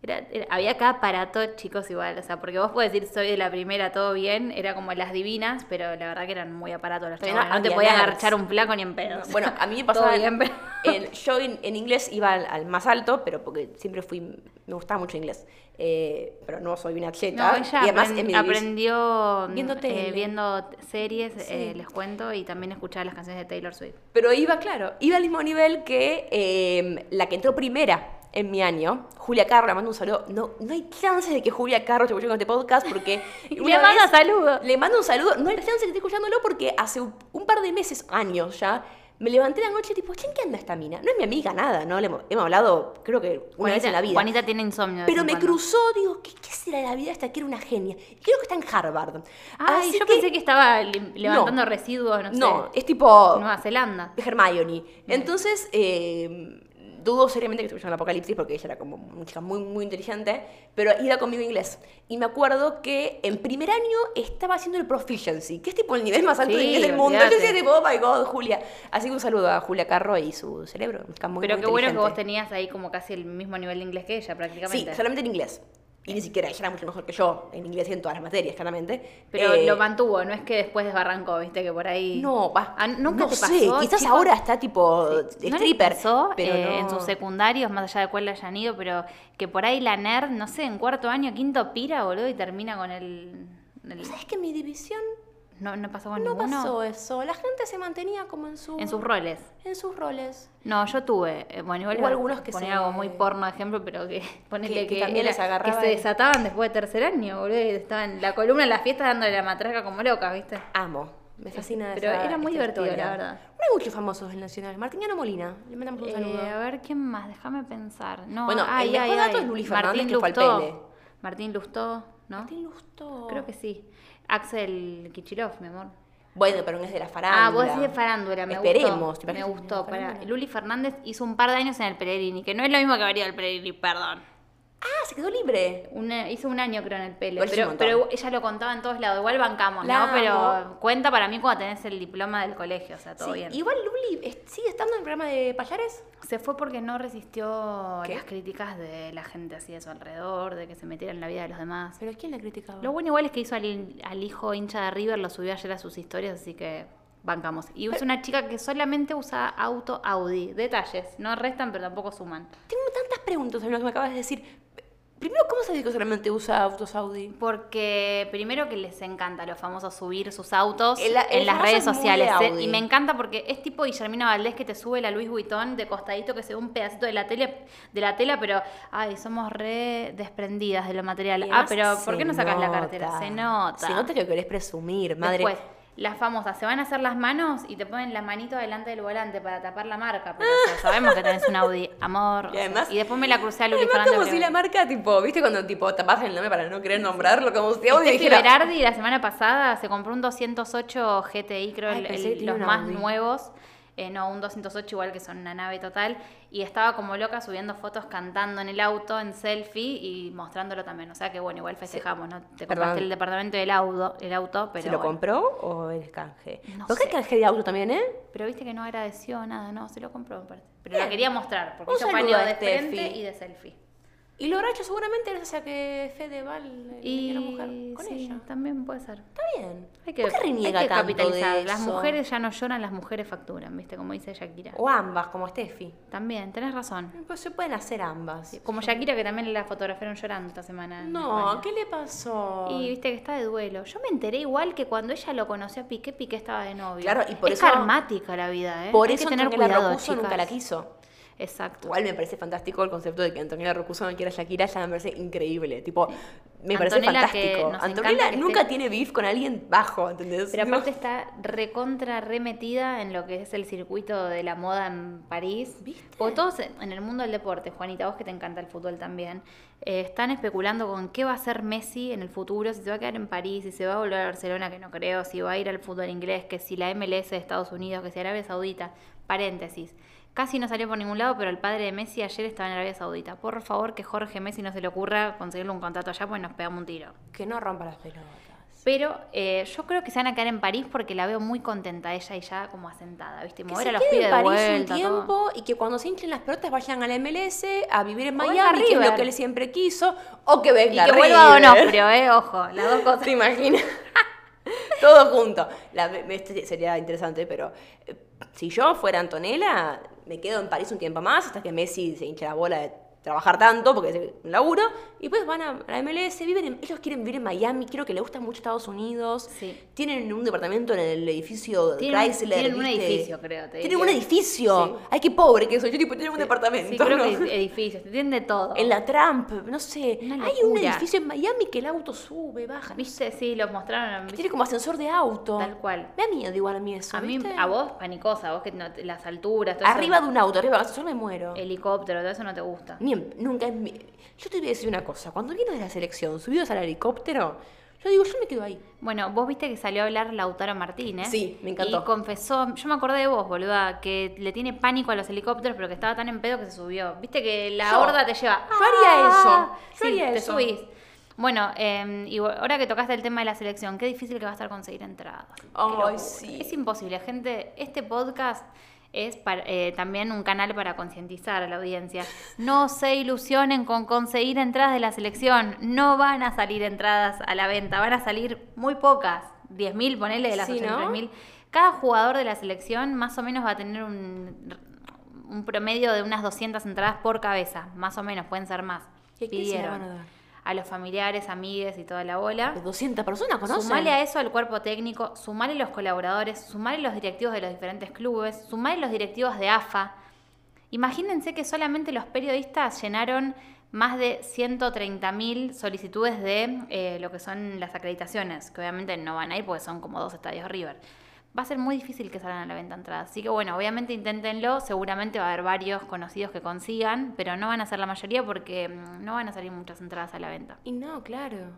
Speaker 1: Era, era- había cada aparato, chicos, igual. O sea, porque vos podés decir, soy de la primera, todo bien. Era como las divinas, pero la verdad que eran muy aparatos las
Speaker 2: También
Speaker 1: chabonas. No te
Speaker 2: había
Speaker 1: podías
Speaker 2: nerds.
Speaker 1: agarchar un flaco ni en pedo.
Speaker 2: No,
Speaker 1: O sea,
Speaker 2: Bueno, a mí me
Speaker 1: todo
Speaker 2: pasaba.
Speaker 1: bien, pero-
Speaker 2: en- yo en, en inglés iba al, al más alto, pero porque siempre fui. Me gustaba mucho inglés. Eh, pero no soy una cheta.
Speaker 1: No, ella
Speaker 2: Ah, y además
Speaker 1: apren-
Speaker 2: en mi
Speaker 1: aprendió mm,
Speaker 2: Viendo
Speaker 1: eh,
Speaker 2: tele.
Speaker 1: viendo t- series,
Speaker 2: Sí.
Speaker 1: eh, les cuento, y también escuchaba las canciones de Taylor Swift.
Speaker 2: Pero iba, claro, iba al mismo nivel que eh, la que entró primera en mi año, Julia Carro, le mando un saludo. No, no hay chances de que Julia Carro esté escuchando este podcast porque.
Speaker 1: Le
Speaker 2: una
Speaker 1: manda
Speaker 2: vez-
Speaker 1: saludo.
Speaker 2: Le mando un saludo. No hay chance de que esté escuchándolo porque hace un un par de meses, años ya, me levanté la noche tipo, "Che, ¿en qué anda esta mina? No es mi amiga, nada, ¿no? Le hemos, hemos hablado, creo que una vez en la vida.
Speaker 1: Juanita tiene insomnio. de
Speaker 2: Pero
Speaker 1: vez
Speaker 2: me
Speaker 1: en cuando.
Speaker 2: cruzó, digo, ¿qué, qué será la vida hasta que era una genia? Y creo que está en Harvard.
Speaker 1: Ay,
Speaker 2: Así
Speaker 1: yo pensé que estaba lim- levantando
Speaker 2: No.
Speaker 1: residuos, no sé.
Speaker 2: No, es tipo.
Speaker 1: Nueva Zelanda.
Speaker 2: Hermione. Entonces, eh, dudo seriamente que estuviera en el apocalipsis porque ella era como una chica muy, muy inteligente, pero iba conmigo inglés. Y me acuerdo que en primer año estaba haciendo el proficiency, que es tipo el nivel más alto de
Speaker 1: Sí,
Speaker 2: inglés del mundo. Yo
Speaker 1: olvídate.
Speaker 2: decía tipo, oh my god, Julia. Así que un saludo a Julia Carro y su cerebro. una chica muy,
Speaker 1: Pero
Speaker 2: muy
Speaker 1: qué bueno que vos
Speaker 2: inteligente.
Speaker 1: tenías ahí como casi el mismo nivel de inglés que ella,
Speaker 2: Sí,
Speaker 1: prácticamente.
Speaker 2: solamente en inglés. Y ni siquiera ella era mucho mejor que yo en inglés y en todas las materias, claramente.
Speaker 1: Pero
Speaker 2: Eh,
Speaker 1: lo mantuvo, no es que después desbarrancó, viste, que por ahí.
Speaker 2: No, va.
Speaker 1: Ah, nunca
Speaker 2: no
Speaker 1: te
Speaker 2: sé,
Speaker 1: pasó,
Speaker 2: Quizás
Speaker 1: chicos?
Speaker 2: ahora está tipo
Speaker 1: Sí.
Speaker 2: de
Speaker 1: ¿No les
Speaker 2: stripper.
Speaker 1: pasó,
Speaker 2: pero
Speaker 1: eh,
Speaker 2: no-
Speaker 1: en sus secundarios, más allá de cuál hayan ido, pero que por ahí la nerd, no sé, en cuarto año, quinto pira, boludo, y termina con el. el-
Speaker 2: ¿Sabes que mi división
Speaker 1: no, no pasó con
Speaker 2: no
Speaker 1: ninguno.
Speaker 2: pasó eso? La gente se mantenía como en, su,
Speaker 1: En sus roles.
Speaker 2: en sus roles.
Speaker 1: No, yo tuve, eh, bueno, igual
Speaker 2: Hubo algunos que
Speaker 1: ponía
Speaker 2: se-
Speaker 1: algo muy porno de ejemplo, pero que ponele
Speaker 2: que también les agarraba
Speaker 1: que se
Speaker 2: el-
Speaker 1: desataban después de tercer año, boludo, y estaban la columna en las fiestas dándole la matraca como locas, ¿viste?
Speaker 2: Amo. Me fascina
Speaker 1: Pero
Speaker 2: esa-
Speaker 1: era muy
Speaker 2: esta
Speaker 1: divertido,
Speaker 2: historia.
Speaker 1: la verdad.
Speaker 2: No hay muchos famosos en Nacional. Martiniano Molina. Le mandamos un
Speaker 1: Eh,
Speaker 2: saludo.
Speaker 1: a ver, ¿quién más? Déjame pensar. No,
Speaker 2: Bueno, el
Speaker 1: ay,
Speaker 2: mejor
Speaker 1: ay,
Speaker 2: dato
Speaker 1: ay.
Speaker 2: es Luli Fernández,
Speaker 1: Martín
Speaker 2: que fue al
Speaker 1: Lustó.
Speaker 2: Pele.
Speaker 1: Martín Lustó, ¿no?
Speaker 2: Martín Lustó.
Speaker 1: Creo que sí. Axel Kichilov, mi amor.
Speaker 2: Bueno, pero no es de la farándula.
Speaker 1: Ah, vos decís de farándula, me
Speaker 2: Esperemos.
Speaker 1: gustó. Me gustó. Para...
Speaker 2: Luli...
Speaker 1: Luli Fernández hizo un par de años en el Pellegrini, que no es lo mismo que haber ido al Pellegrini, perdón.
Speaker 2: Ah, se quedó libre.
Speaker 1: Un- hizo un año creo en el Pele,
Speaker 2: Igual es
Speaker 1: pero,
Speaker 2: un montón.
Speaker 1: pero ella lo contaba en todos lados, igual bancamos,
Speaker 2: La
Speaker 1: ¿no? Pero
Speaker 2: amo.
Speaker 1: cuenta para mí cuando tenés el diploma del colegio, o sea, todo
Speaker 2: Sí,
Speaker 1: bien.
Speaker 2: Igual Luli eh, sigue estando en el programa de Payares.
Speaker 1: Se fue porque no resistió
Speaker 2: ¿Qué?
Speaker 1: las críticas de la gente así de su alrededor, de que se metiera en la vida de los demás.
Speaker 2: ¿Pero quién la criticaba?
Speaker 1: Lo bueno igual es que hizo al, al hijo hincha de River, lo subió ayer a sus historias, así que bancamos. Y es una chica que solamente usa auto Audi. Detalles, no restan pero tampoco suman.
Speaker 2: Tengo tantas preguntas sobre lo que me acabas de decir. Primero, ¿cómo sabes que solamente usa autos Audi?
Speaker 1: Porque primero que les encanta a los famosos subir sus autos
Speaker 2: El- el
Speaker 1: en las
Speaker 2: famoso
Speaker 1: redes
Speaker 2: es muy
Speaker 1: sociales.
Speaker 2: de
Speaker 1: eh,
Speaker 2: Audi.
Speaker 1: Y me encanta porque es tipo Guillermina Valdés que te sube la Luis Vuitton de costadito que se ve un pedacito de la tele, de la tela, pero ay, somos re desprendidas de lo material.
Speaker 2: Y
Speaker 1: ah,
Speaker 2: además
Speaker 1: pero ¿por
Speaker 2: se
Speaker 1: qué no sacas la cartera? Se nota.
Speaker 2: Se nota que querés presumir, madre.
Speaker 1: Después, las famosas se van a hacer las manos y te ponen las manitos delante del volante para tapar la marca. Pero o sea, sabemos que tenés un Audi, amor. o
Speaker 2: Y
Speaker 1: sea,
Speaker 2: además-
Speaker 1: y después me la crucé a Luis
Speaker 2: Además,
Speaker 1: Fernández.
Speaker 2: como si
Speaker 1: Brevetti.
Speaker 2: la marca, tipo, ¿viste cuando tipo tapas el nombre para no querer nombrarlo? Como si Audi
Speaker 1: Steffi
Speaker 2: dijera.
Speaker 1: Berardi Este la semana pasada se compró un 208 GTI, creo,
Speaker 2: Ay,
Speaker 1: el-
Speaker 2: pensé
Speaker 1: el-
Speaker 2: que tenía
Speaker 1: los
Speaker 2: un
Speaker 1: más
Speaker 2: Audi.
Speaker 1: nuevos. Eh, no, un 208 igual que son una nave total. Y estaba como loca subiendo fotos cantando en el auto, en selfie y mostrándolo también. O sea que bueno, igual festejamos, ¿no? Te compraste
Speaker 2: Perdón.
Speaker 1: el departamento del auto, el auto pero,
Speaker 2: ¿Se lo
Speaker 1: bueno.
Speaker 2: compró o es canje?
Speaker 1: No
Speaker 2: Porque
Speaker 1: sé.
Speaker 2: hay canje de auto también, ¿eh?
Speaker 1: pero viste que no agradeció nada, no, se lo compró me parece. Pero
Speaker 2: Bien.
Speaker 1: lo quería mostrar, porque
Speaker 2: Un
Speaker 1: hizo
Speaker 2: saludo
Speaker 1: paneo
Speaker 2: a
Speaker 1: de frente
Speaker 2: Steffi.
Speaker 1: y de selfie.
Speaker 2: Y lo habrá hecho seguramente gracias a que Fedeval
Speaker 1: Y
Speaker 2: y la mujer con
Speaker 1: sí,
Speaker 2: ella.
Speaker 1: también puede ser.
Speaker 2: Está bien.
Speaker 1: Hay que,
Speaker 2: ¿Por qué
Speaker 1: hay
Speaker 2: reniega
Speaker 1: que
Speaker 2: tanto
Speaker 1: capitalizar.
Speaker 2: de
Speaker 1: Las
Speaker 2: eso?
Speaker 1: mujeres ya no lloran, las mujeres facturan, ¿viste? Como dice Shakira.
Speaker 2: O ambas, como Steffi.
Speaker 1: También, tenés razón.
Speaker 2: Pues se pueden hacer ambas.
Speaker 1: Como Shakira, que también la fotografiaron llorando esta semana. en
Speaker 2: No,
Speaker 1: España.
Speaker 2: ¿qué le pasó?
Speaker 1: Y viste que está de duelo. Yo me enteré igual que cuando ella lo conoció a Piqué, Piqué estaba de novio.
Speaker 2: Claro, y por
Speaker 1: es
Speaker 2: eso-
Speaker 1: karmática la vida, ¿eh?
Speaker 2: Por
Speaker 1: Hay
Speaker 2: eso
Speaker 1: que tener
Speaker 2: Antonella
Speaker 1: cuidado,
Speaker 2: Rocuso nunca
Speaker 1: chicas.
Speaker 2: la quiso.
Speaker 1: Exacto.
Speaker 2: Igual me parece fantástico el concepto de que Antonella Rocuso no quiera a Shakira, ya me parece increíble. Tipo, me parece
Speaker 1: Antonella que
Speaker 2: fantástico.
Speaker 1: nos encanta
Speaker 2: Antonella
Speaker 1: que
Speaker 2: nunca
Speaker 1: esté-
Speaker 2: tiene beef con alguien bajo, ¿entendés?
Speaker 1: Pero
Speaker 2: Tipo,
Speaker 1: aparte está recontra remetida en lo que es el circuito de la moda en París.
Speaker 2: ¿Viste?
Speaker 1: Porque todos en el mundo del deporte, Juanita, vos que te encanta el fútbol también, eh, están especulando con qué va a ser Messi en el futuro, si se va a quedar en París, si se va a volver a Barcelona, que no creo, si va a ir al fútbol inglés, que si la MLS de Estados Unidos, que si Arabia Saudita. Paréntesis. Casi no salió por ningún lado, pero el padre de Messi ayer estaba en Arabia Saudita. Por favor, que Jorge Messi no se le ocurra conseguirle un contrato allá, pues nos pegamos un tiro.
Speaker 2: Que no rompa las pelotas.
Speaker 1: Pero eh, yo creo que se van a quedar en París porque la veo muy contenta ella y ya como asentada, ¿viste?
Speaker 2: Que
Speaker 1: Mover
Speaker 2: se
Speaker 1: a los
Speaker 2: quede
Speaker 1: pibes
Speaker 2: en
Speaker 1: de
Speaker 2: París
Speaker 1: vuelta,
Speaker 2: un tiempo
Speaker 1: todo.
Speaker 2: y que cuando se hinchen las pelotas vayan a la MLS a vivir en
Speaker 1: O venga
Speaker 2: Miami, que es lo
Speaker 1: River.
Speaker 2: que él siempre quiso, o que
Speaker 1: Y
Speaker 2: venga
Speaker 1: que vuelva
Speaker 2: River.
Speaker 1: Donofrio, ¿eh? Ojo, las dos cosas.
Speaker 2: ¿Te imaginas? Todo junto. La- me- este sería interesante, pero eh, si yo fuera Antonella, me quedo en París un tiempo más hasta que Messi se hinche la bola de trabajar tanto porque es un laburo. Y pues van a, a la MLS, viven en- ellos quieren vivir en Miami, creo que les gusta mucho Estados Unidos.
Speaker 1: Sí.
Speaker 2: Tienen un departamento en el edificio de
Speaker 1: Tienen un-
Speaker 2: Chrysler.
Speaker 1: tienen un
Speaker 2: ¿viste?
Speaker 1: edificio, creo, te diría.
Speaker 2: Tienen un edificio.
Speaker 1: Sí.
Speaker 2: Ay, qué pobre que soy. Yo tipo, tienen un departamento.
Speaker 1: Sí, creo
Speaker 2: ¿no?
Speaker 1: que edificios, te entiende todo.
Speaker 2: En la Trump, no sé.
Speaker 1: Una
Speaker 2: Hay un
Speaker 1: locura.
Speaker 2: edificio en Miami que el auto sube, baja. no
Speaker 1: ¿Viste? Sí, los mostraron. ¿viste?
Speaker 2: tiene como ascensor de auto.
Speaker 1: Tal cual.
Speaker 2: Me da miedo igual a mí eso.
Speaker 1: A mí,
Speaker 2: ¿viste?
Speaker 1: a vos, panicosa, a vos que no te- las alturas, todo eso,
Speaker 2: Arriba de un auto, arriba del ascensor me muero.
Speaker 1: helicóptero, todo eso no te gusta.
Speaker 2: Ni en- nunca es mi- Yo te voy a decir una cosa. Cuando vino de la selección, subidos al helicóptero, yo digo, yo me quedo ahí.
Speaker 1: Bueno, vos viste que salió a hablar Lautaro Martínez.
Speaker 2: Sí, me encantó.
Speaker 1: Y confesó, yo me acordé de vos, boluda, que le tiene pánico a los helicópteros, pero que estaba tan en pedo que se subió. Viste que la
Speaker 2: Yo.
Speaker 1: horda te lleva.
Speaker 2: Yo haría
Speaker 1: "Ah".
Speaker 2: eso. Yo
Speaker 1: Sí,
Speaker 2: haría
Speaker 1: te
Speaker 2: eso.
Speaker 1: subís. Bueno, eh, y bueno, ahora que tocaste el tema de la selección, qué difícil que va a estar conseguir entradas. Qué
Speaker 2: Ay,
Speaker 1: locura.
Speaker 2: sí.
Speaker 1: Es imposible, gente. Este podcast es para- eh, también un canal para concientizar a la audiencia. No se ilusionen con conseguir entradas de la selección. No van a salir entradas a la venta, van a salir muy pocas. 10.000, ponele de las
Speaker 2: Sí, ¿no?
Speaker 1: 83.000. Cada jugador de la selección más o menos va a tener un, un promedio de unas 200 entradas por cabeza, más o menos, pueden ser más.
Speaker 2: ¿Y a quién se la
Speaker 1: Pidieron
Speaker 2: van a dar?
Speaker 1: a los familiares, amigues y toda la bola.
Speaker 2: 200 personas, ¿conocen?
Speaker 1: Ah. Sumale a eso al cuerpo técnico, sumale los colaboradores, sumale los directivos de los diferentes clubes, sumale los directivos de AFA. Imagínense que solamente los periodistas llenaron más de 130.000 solicitudes de eh, lo que son las acreditaciones, que obviamente no van a ir porque son como dos estadios River. Va a ser muy difícil que salgan a la venta entradas. Así que bueno, obviamente inténtenlo, seguramente va a haber varios conocidos que consigan, pero no van a ser la mayoría porque mm, no van a salir muchas entradas a la venta.
Speaker 2: Y no, claro.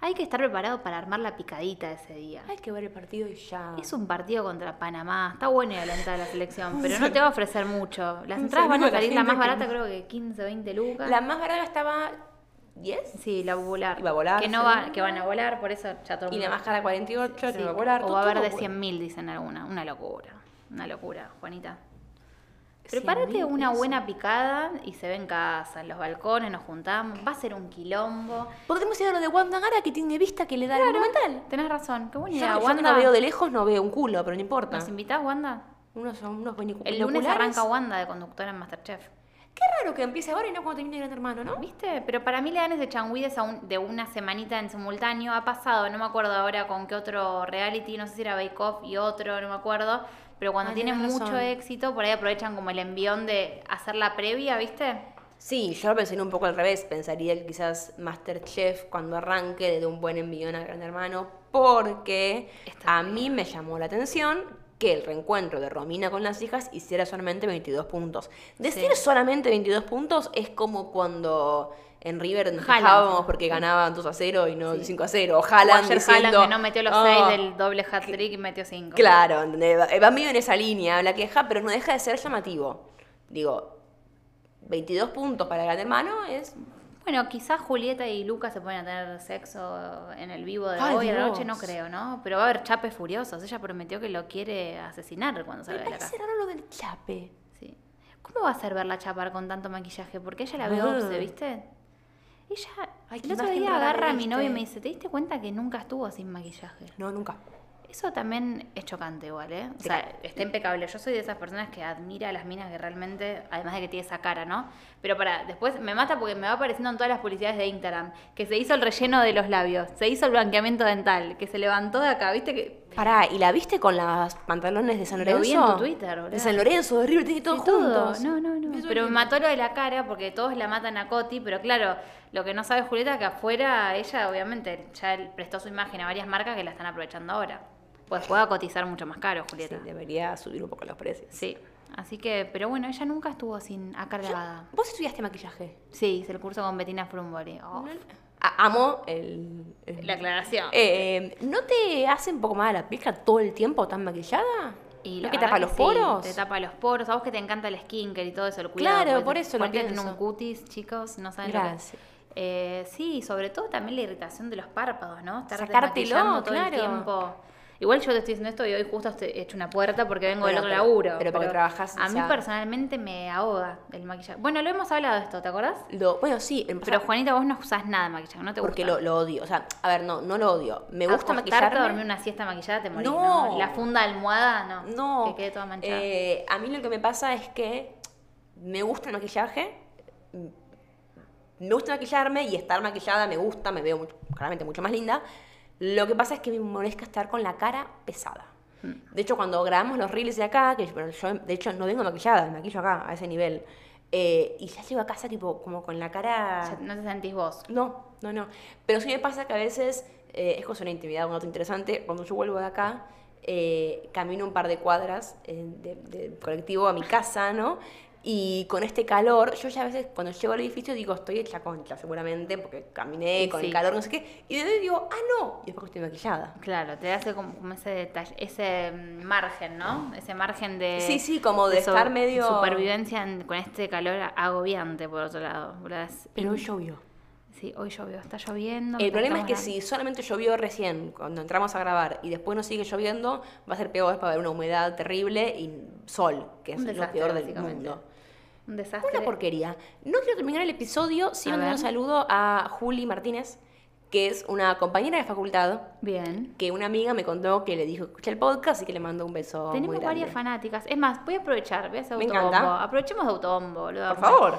Speaker 1: Hay que estar preparado para armar la picadita ese día.
Speaker 2: Hay que ver el partido y ya.
Speaker 1: Es un partido contra Panamá, está bueno ir a la entrada de la selección, pero no te va a ofrecer mucho. Las
Speaker 2: Un
Speaker 1: entradas van
Speaker 2: saludo a
Speaker 1: a
Speaker 2: la
Speaker 1: salir la
Speaker 2: gente
Speaker 1: más
Speaker 2: que
Speaker 1: barata,
Speaker 2: no-
Speaker 1: creo que 15 o 20 lucas.
Speaker 2: La más barata estaba 10
Speaker 1: Sí, la popular.
Speaker 2: Iba a volar,
Speaker 1: Que, no
Speaker 2: sí.
Speaker 1: va, que van a volar, por eso ya todo el
Speaker 2: y la
Speaker 1: mundo-
Speaker 2: más cara 48,
Speaker 1: Sí,
Speaker 2: no me acuerdo,
Speaker 1: O va a haber
Speaker 2: todo
Speaker 1: de
Speaker 2: bueno.
Speaker 1: 100.000, dicen alguna. Una locura, una locura, Juanita.
Speaker 2: 100.000
Speaker 1: Prepárate una
Speaker 2: pesos.
Speaker 1: buena picada y se ve en casa, en los balcones, nos juntamos. Va a ser un quilombo.
Speaker 2: Podemos ir a lo de Wanda Gara que tiene vista que le da el monumental.
Speaker 1: Tenés razón, qué buena
Speaker 2: Yo,
Speaker 1: idea.
Speaker 2: yo que
Speaker 1: Wanda,
Speaker 2: la veo de lejos, no veo un culo, pero no importa.
Speaker 1: ¿Nos invitás, Wanda?
Speaker 2: Unos, unos binicu-
Speaker 1: El lunes
Speaker 2: binoculares.
Speaker 1: arranca Wanda de conductora en Masterchef.
Speaker 2: Qué raro que empiece ahora y no cuando termine Gran Hermano, ¿no?
Speaker 1: ¿Viste? Pero para mí le dan ese changuides a un- de una semanita en simultáneo. Ha pasado, no me acuerdo ahora con qué otro reality, no sé si era Bake Off y otro, no me acuerdo. Pero cuando
Speaker 2: Ah,
Speaker 1: tienen
Speaker 2: tenés
Speaker 1: mucho
Speaker 2: razón.
Speaker 1: éxito, por ahí aprovechan como el envión de hacer la previa, ¿viste?
Speaker 2: Sí, yo lo pensaría un poco al revés. Pensaría que quizás Masterchef, cuando arranque, le dé un buen envión a Gran Hermano, porque
Speaker 1: Está
Speaker 2: a mí me llamó la atención que el reencuentro de Romina con las hijas hiciera solamente 22 puntos. Decir
Speaker 1: Sí.
Speaker 2: solamente 22 puntos es como cuando en River nos
Speaker 1: Haaland.
Speaker 2: quejábamos porque ganaban 2 a 0 y no 5 a 0. O
Speaker 1: O
Speaker 2: Haaland
Speaker 1: ayer
Speaker 2: diciendo,
Speaker 1: Haaland que no metió los
Speaker 2: "Oh,
Speaker 1: seis del doble hat trick y metió cinco.
Speaker 2: Claro, ¿entendés? va, va medio en esa línea la queja, pero no deja de ser llamativo. Digo, 22 puntos para Gran Hermano es...
Speaker 1: Bueno, quizás Julieta y Lucas se pueden a tener sexo en el vivo de
Speaker 2: Ay,
Speaker 1: hoy a la
Speaker 2: Dios.
Speaker 1: noche, no creo, ¿no? Pero va a haber chapes furiosos. Ella prometió que lo quiere asesinar cuando
Speaker 2: Me
Speaker 1: salga de la casa.
Speaker 2: parece raro lo del chape.
Speaker 1: Sí. ¿Cómo va a ser verla chapar con tanto maquillaje? Porque ella la ve
Speaker 2: Ah.
Speaker 1: obse, ¿viste? Ella,
Speaker 2: Ay, qué
Speaker 1: el otro
Speaker 2: imagen
Speaker 1: día
Speaker 2: rara me
Speaker 1: agarra a mi
Speaker 2: diste.
Speaker 1: novio y me dice, ¿te diste cuenta que nunca estuvo sin maquillaje?
Speaker 2: No, nunca.
Speaker 1: Eso también es chocante igual, ¿eh? O sea, está impecable. Yo soy de esas personas que admira a las minas que realmente, además de que tiene esa cara, ¿no? Pero para, después me mata porque me va apareciendo en todas las publicidades de Instagram, que se hizo el relleno de los labios, se hizo el blanqueamiento dental, que se levantó de acá, ¿viste? Que
Speaker 2: Pará, ¿y la viste con las pantalones de San
Speaker 1: Lo
Speaker 2: Lorenzo?
Speaker 1: vi en tu Twitter, boludo.
Speaker 2: De San Lorenzo, de River, tiene todo
Speaker 1: Sí, todo.
Speaker 2: juntos.
Speaker 1: No, no, no.
Speaker 2: Eso
Speaker 1: Pero me
Speaker 2: que-
Speaker 1: mató lo de la cara porque todos la matan a Coti, pero claro, lo que no sabe Julieta es que afuera ella obviamente ya él prestó su imagen a varias marcas que la están aprovechando ahora. Pues pueda cotizar mucho más caro,
Speaker 2: Sí,
Speaker 1: Julieta. Sí.
Speaker 2: debería subir un poco los precios.
Speaker 1: Así que, pero bueno, ella nunca estuvo sin acargada.
Speaker 2: ¿Vos estudiaste maquillaje?
Speaker 1: Sí, hice el curso con Bettina Frumbori. Oh,
Speaker 2: A- amo el... el-
Speaker 1: La aclaración.
Speaker 2: Eh, ¿No te hace un poco más la pica todo el tiempo tan maquillada?
Speaker 1: Y
Speaker 2: ¿No
Speaker 1: la
Speaker 2: que
Speaker 1: verdad
Speaker 2: tapa los
Speaker 1: sí,
Speaker 2: poros?
Speaker 1: te tapa los poros. A vos que te encanta el skinker y todo eso, el cuidado.
Speaker 2: Claro,
Speaker 1: porque
Speaker 2: por
Speaker 1: te-
Speaker 2: eso lo
Speaker 1: Juanita tiene
Speaker 2: pienso.
Speaker 1: un cutis, chicos, no saben lo que-
Speaker 2: Gracias.
Speaker 1: Eh, sí, sobre todo también la irritación de los párpados, ¿no? Estar
Speaker 2: Sacártelo,
Speaker 1: desmaquillando todo el
Speaker 2: claro.
Speaker 1: tiempo. Igual yo te estoy diciendo esto y hoy justo estoy- he hecho una puerta porque vengo del
Speaker 2: Bueno,
Speaker 1: otro
Speaker 2: pero-
Speaker 1: laburo.
Speaker 2: pero porque trabajás,
Speaker 1: A
Speaker 2: o
Speaker 1: mí
Speaker 2: sea-
Speaker 1: personalmente me ahoga el maquillaje. Bueno, lo hemos hablado de esto, ¿te acordás?
Speaker 2: Lo, bueno, sí, en- o
Speaker 1: Pero
Speaker 2: sea,
Speaker 1: Juanita, vos no usás nada de maquillaje, no te
Speaker 2: porque
Speaker 1: gusta.
Speaker 2: lo, lo odio. O sea, a ver, no, no lo odio. Me gusta
Speaker 1: Acostarte
Speaker 2: maquillarme.
Speaker 1: a dormir una siesta maquillada te morís,
Speaker 2: No.
Speaker 1: ¿no? La funda de almohada, no.
Speaker 2: No.
Speaker 1: Que quede toda manchada.
Speaker 2: Eh, a mí lo que me pasa es que me gusta el maquillaje. Me gusta maquillarme y estar maquillada me gusta, me veo mucho- claramente mucho más linda. Lo que pasa es que me molesta estar con la cara pesada.
Speaker 1: Hmm.
Speaker 2: De hecho, cuando grabamos los reels de acá, que bueno, yo de hecho no vengo maquillada, me maquillo acá, a ese nivel. eh, y ya llego a casa tipo como con la cara...
Speaker 1: Ya no te sentís vos.
Speaker 2: No, no, no. Pero sí me pasa que a veces eh, es cosa de una intimidad, un dato interesante. Cuando yo vuelvo de acá, eh, camino un par de cuadras eh, de, de colectivo a mi casa, ¿no? Y con este calor, yo ya a veces cuando llego al edificio digo, estoy hecha concha, seguramente, porque caminé
Speaker 1: Y
Speaker 2: con
Speaker 1: sí.
Speaker 2: el calor, no sé qué. Y de ahí digo, ah, no. Y después que estoy maquillada.
Speaker 1: Claro, te hace como, como ese detalle, ese mm, margen, ¿no? Ese margen de.
Speaker 2: Sí, sí, como de
Speaker 1: so-
Speaker 2: estar medio-
Speaker 1: Supervivencia en- con este calor agobiante, por otro lado. ¿verdad? Es
Speaker 2: Pero hoy llovió.
Speaker 1: Sí, hoy llovió, está lloviendo.
Speaker 2: El problema es que
Speaker 1: estamos
Speaker 2: si solamente llovió recién, cuando entramos a grabar, y después no sigue lloviendo, va a ser peor, va a haber una humedad terrible y sol, que es
Speaker 1: Un
Speaker 2: lo
Speaker 1: desastre,
Speaker 2: peor del
Speaker 1: básicamente.
Speaker 2: mundo.
Speaker 1: grabando. Un desastre.
Speaker 2: Una porquería. No quiero terminar el episodio sin
Speaker 1: A
Speaker 2: mandar
Speaker 1: ver.
Speaker 2: un saludo a Juli Martínez, que es una compañera de facultad,
Speaker 1: Bien.
Speaker 2: que una amiga me contó que le dijo que escucha el podcast y que le mandó un beso. muy
Speaker 1: Tenemos varias
Speaker 2: grande.
Speaker 1: fanáticas. Es más, voy a aprovechar, voy a hacer
Speaker 2: Me
Speaker 1: autobombo.
Speaker 2: encanta.
Speaker 1: Aprovechemos de autobombo, boludo.
Speaker 2: Por favor.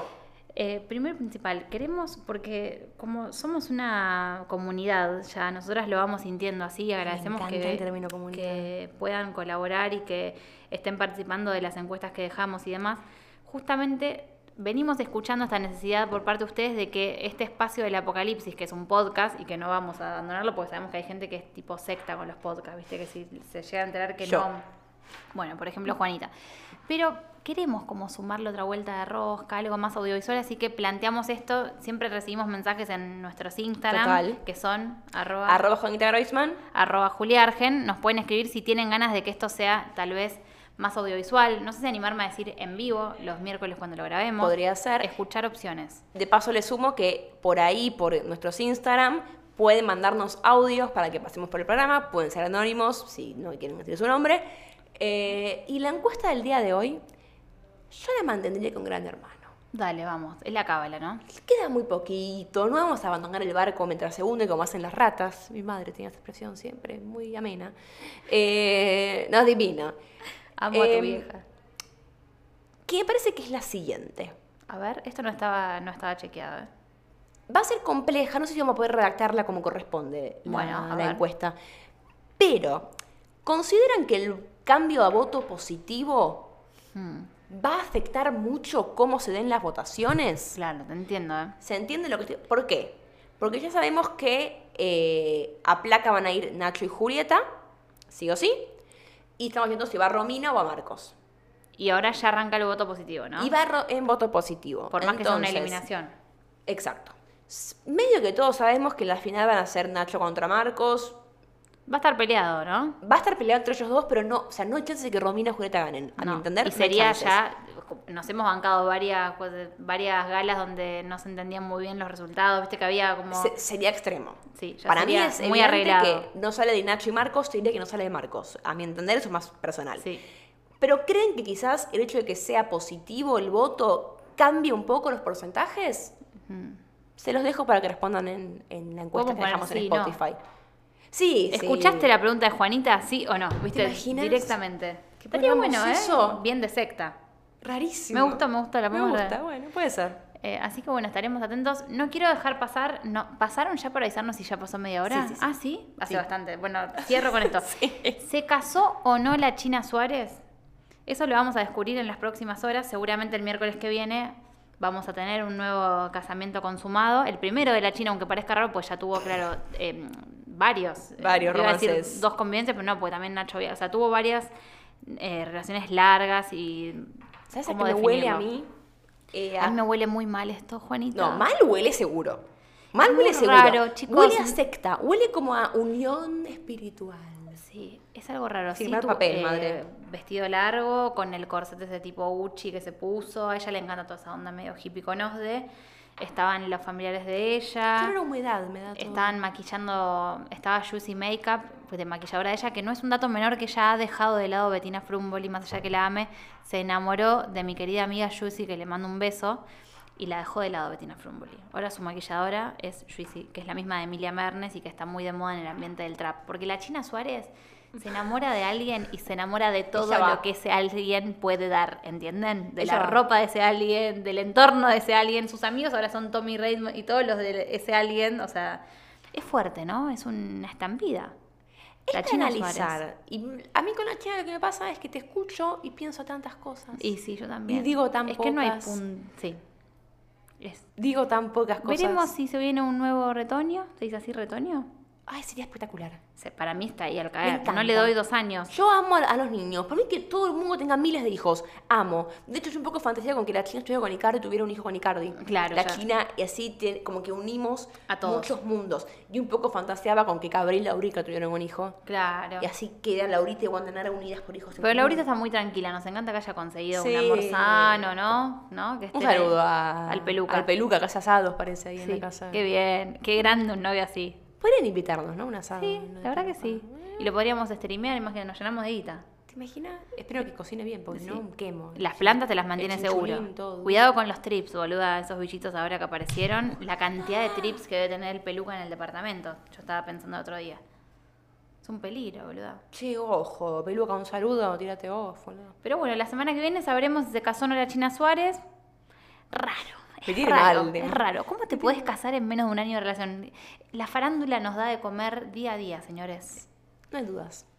Speaker 1: Eh, primero y principal, queremos, porque como somos una comunidad, ya nosotras lo vamos sintiendo así, agradecemos
Speaker 2: encanta
Speaker 1: que,
Speaker 2: el término comunidad.
Speaker 1: que puedan colaborar y que estén participando de las encuestas que dejamos y demás. Justamente venimos escuchando esta necesidad por parte de ustedes de que este espacio del apocalipsis, que es un podcast y que no vamos a abandonarlo porque sabemos que hay gente que es tipo secta con los podcasts, viste que si se llega a enterar que
Speaker 2: Yo.
Speaker 1: no... Bueno, por ejemplo, Juanita. Pero queremos como sumarle otra vuelta de rosca, algo más audiovisual, así que planteamos esto. Siempre recibimos mensajes en nuestros Instagram,
Speaker 2: Total.
Speaker 1: que son arroba,
Speaker 2: Arroba Juanita Groisman.
Speaker 1: arroba juliargen. Nos pueden escribir si tienen ganas de que esto sea tal vez más audiovisual. No sé si animarme a decir en vivo los miércoles cuando lo grabemos.
Speaker 2: Podría ser.
Speaker 1: Escuchar opciones.
Speaker 2: De paso le sumo que por ahí, por nuestros Instagram, pueden mandarnos audios para que pasemos por el programa, pueden ser anónimos si no quieren decir su nombre. Eh, y la encuesta del día de hoy, yo la mantendría con Gran Hermano.
Speaker 1: Dale, vamos. Es la cábala, ¿no?
Speaker 2: Queda muy poquito, no vamos a abandonar el barco mientras se hunde como hacen las ratas. Mi madre tenía esta expresión siempre, muy amena. Eh, no, divina.
Speaker 1: Amo a tu
Speaker 2: Em,
Speaker 1: vieja.
Speaker 2: Que me parece que es la siguiente.
Speaker 1: A ver, esto no estaba, no estaba chequeado. ¿eh?
Speaker 2: Va a ser compleja, no sé si vamos a poder redactarla como corresponde la,
Speaker 1: Bueno, a
Speaker 2: la
Speaker 1: ver.
Speaker 2: encuesta. Pero, ¿consideran que el cambio a voto positivo
Speaker 1: Hmm,
Speaker 2: va a afectar mucho cómo se den las votaciones?
Speaker 1: Claro, te entiendo, ¿eh?
Speaker 2: ¿Se entiende lo que estoy- ¿Por qué? Porque ya sabemos que eh, a placa van a ir Nacho y Julieta, sí o sí, y estamos viendo si va Romina o a Marcos.
Speaker 1: Y ahora ya arranca el voto positivo, ¿no?
Speaker 2: Y va Ro- en voto positivo.
Speaker 1: Por más que sea una
Speaker 2: Entonces,
Speaker 1: eliminación.
Speaker 2: Exacto. S- Medio que todos sabemos que la final van a ser Nacho contra Marcos.
Speaker 1: Va a estar peleado, ¿no?
Speaker 2: Va a estar peleado entre ellos dos, pero no, o sea, no hay chance de que Romina y Julieta ganen. A
Speaker 1: No.
Speaker 2: mi entender,
Speaker 1: Y
Speaker 2: no hay
Speaker 1: sería
Speaker 2: chances.
Speaker 1: ya. Nos hemos bancado varias, cosas- varias galas donde no se entendían muy bien los resultados. Viste que había como.
Speaker 2: Se- sería extremo.
Speaker 1: Sí, ya
Speaker 2: Para
Speaker 1: sería
Speaker 2: mí es
Speaker 1: muy
Speaker 2: evidente
Speaker 1: arreglado.
Speaker 2: que no sale de Nacho y Marcos, te diría que no sale de Marcos. A mi entender, eso es más personal.
Speaker 1: Sí.
Speaker 2: Pero ¿creen que quizás el hecho de que sea positivo el voto cambie un poco los porcentajes? Se los dejo para que respondan en, en la
Speaker 1: Podemos
Speaker 2: encuesta que
Speaker 1: poner
Speaker 2: dejamos en
Speaker 1: sí, no.
Speaker 2: Spotify. Sí, sí.
Speaker 1: ¿Escuchaste la pregunta de Juanita? ¿Sí o no? ¿Viste?
Speaker 2: ¿Te imaginas?
Speaker 1: Directamente.
Speaker 2: Que
Speaker 1: Estaría
Speaker 2: pongamos
Speaker 1: bueno, ¿eh?
Speaker 2: eso.
Speaker 1: Bien de secta.
Speaker 2: Rarísimo.
Speaker 1: Me gusta, me gusta la
Speaker 2: Me
Speaker 1: podemos
Speaker 2: gusta,
Speaker 1: re-
Speaker 2: bueno, puede ser.
Speaker 1: Eh, así que bueno, estaremos atentos. No quiero dejar pasar. No, ¿Pasaron ya para avisarnos si ya pasó media hora?
Speaker 2: Sí, sí, sí.
Speaker 1: Ah, sí. Hace
Speaker 2: Sí.
Speaker 1: bastante. Bueno, cierro con esto.
Speaker 2: Sí.
Speaker 1: ¿Se casó o no la China Suárez? Eso lo vamos a descubrir en las próximas horas. Seguramente el miércoles que viene vamos a tener un nuevo casamiento consumado. El primero de la China, aunque parezca raro, pues ya tuvo, claro, eh, varios. eh,
Speaker 2: Varios
Speaker 1: iba a decir
Speaker 2: romances.
Speaker 1: dos convivencias, pero no, porque también Nacho había. O sea, tuvo varias eh, relaciones largas y.
Speaker 2: ¿Sabes a qué
Speaker 1: ¿cómo
Speaker 2: me huele a
Speaker 1: definirlo?
Speaker 2: mí? Eh,
Speaker 1: A mí me huele muy mal esto, Juanita.
Speaker 2: No, mal huele seguro. Mal
Speaker 1: Muy
Speaker 2: huele seguro.
Speaker 1: raro, chicos.
Speaker 2: Huele a secta, huele como a unión espiritual.
Speaker 1: Sí, es algo raro.
Speaker 2: Firmar
Speaker 1: tu- eh,
Speaker 2: papel, madre.
Speaker 1: Vestido largo, con el corset ese tipo Gucci que se puso. A ella le encanta toda esa onda medio hippie con osde. estaban los familiares de ella.
Speaker 2: Pero era humedad, me da todo.
Speaker 1: Estaban maquillando, estaba Juicy Makeup, pues de maquilladora de ella, que no es un dato menor que ya ha dejado de lado Bettina Frumboli, más allá que la ame, se enamoró de mi querida amiga Juicy, que le mando un beso, y la dejó de lado Bettina Frumboli. Ahora su maquilladora es Juicy, que es la misma de Emilia Mernes y que está muy de moda en el ambiente del trap. Porque la China Suárez se enamora de alguien y se enamora de todo
Speaker 2: Ella va.
Speaker 1: lo que ese alguien puede dar, ¿entienden? De
Speaker 2: Ella
Speaker 1: la
Speaker 2: va.
Speaker 1: ropa de ese alguien, del entorno de ese alguien. Sus amigos ahora son Tommy Reid y todos los de ese alguien. O sea, es fuerte, ¿no? Es una estampida.
Speaker 2: Es de
Speaker 1: Suárez.
Speaker 2: analizar. Y a mí con la China lo que me pasa es que te escucho y pienso tantas cosas.
Speaker 1: Y sí, yo también.
Speaker 2: Y digo tan
Speaker 1: Es que no hay
Speaker 2: pocas.
Speaker 1: pun... Sí. Es-
Speaker 2: Digo tan pocas cosas.
Speaker 1: Veremos si se viene un nuevo retoño. ¿Se dice así retoño?
Speaker 2: Ay, sería espectacular.
Speaker 1: Se- Para mí está ahí al caer. No
Speaker 2: encanta.
Speaker 1: le doy dos años.
Speaker 2: Yo amo a, a los niños. Para mí que todo el mundo tenga miles de hijos. Amo. De hecho, yo un poco fantasía con que la China estuviera con Icardi y tuviera un hijo con Icardi.
Speaker 1: Claro,
Speaker 2: La
Speaker 1: ya.
Speaker 2: China y así te- como que unimos
Speaker 1: A todos.
Speaker 2: muchos mundos. Y un poco fantaseaba con que Gabriel y Laurica tuvieran un hijo.
Speaker 1: Claro.
Speaker 2: Y así quedan Laurita y Guandanara unidas por hijos. en
Speaker 1: Pero Laurita
Speaker 2: común.
Speaker 1: está muy tranquila, nos encanta que haya conseguido
Speaker 2: Sí.
Speaker 1: un amor sano, ¿no? ¿No? Que
Speaker 2: Un
Speaker 1: estén ahí.
Speaker 2: saludo a-
Speaker 1: al peluca.
Speaker 2: Al peluca, que hace asados parece ahí en
Speaker 1: Sí,
Speaker 2: la casa.
Speaker 1: Qué bien, qué grande un novio así.
Speaker 2: Podrían invitarnos, ¿no? Un asado.
Speaker 1: Sí,
Speaker 2: Ah, ¿no?
Speaker 1: la verdad que sí. Y lo podríamos streamear, imagínate, nos llenamos de guita.
Speaker 2: ¿Te imaginas? Espero que cocine bien, porque
Speaker 1: Sí.
Speaker 2: no quemo.
Speaker 1: Las plantas te las mantiene
Speaker 2: El
Speaker 1: seguro.
Speaker 2: chinchulín, todo.
Speaker 1: Cuidado con los trips, boluda, esos bichitos ahora que aparecieron. La cantidad de trips que debe tener el peluca en el departamento. Yo estaba pensando el otro día. Es un peligro, boluda.
Speaker 2: Che, ojo, peluca, un saludo, tírate ojo. ¿no?
Speaker 1: Pero bueno, la semana que viene sabremos si se casó o no la China Suárez. Raro.
Speaker 2: Me
Speaker 1: Es
Speaker 2: tiene
Speaker 1: raro,
Speaker 2: mal, de-
Speaker 1: es raro. ¿Cómo te puedes casar en menos de un año de relación? La farándula nos da de comer día a día, señores.
Speaker 2: No hay dudas.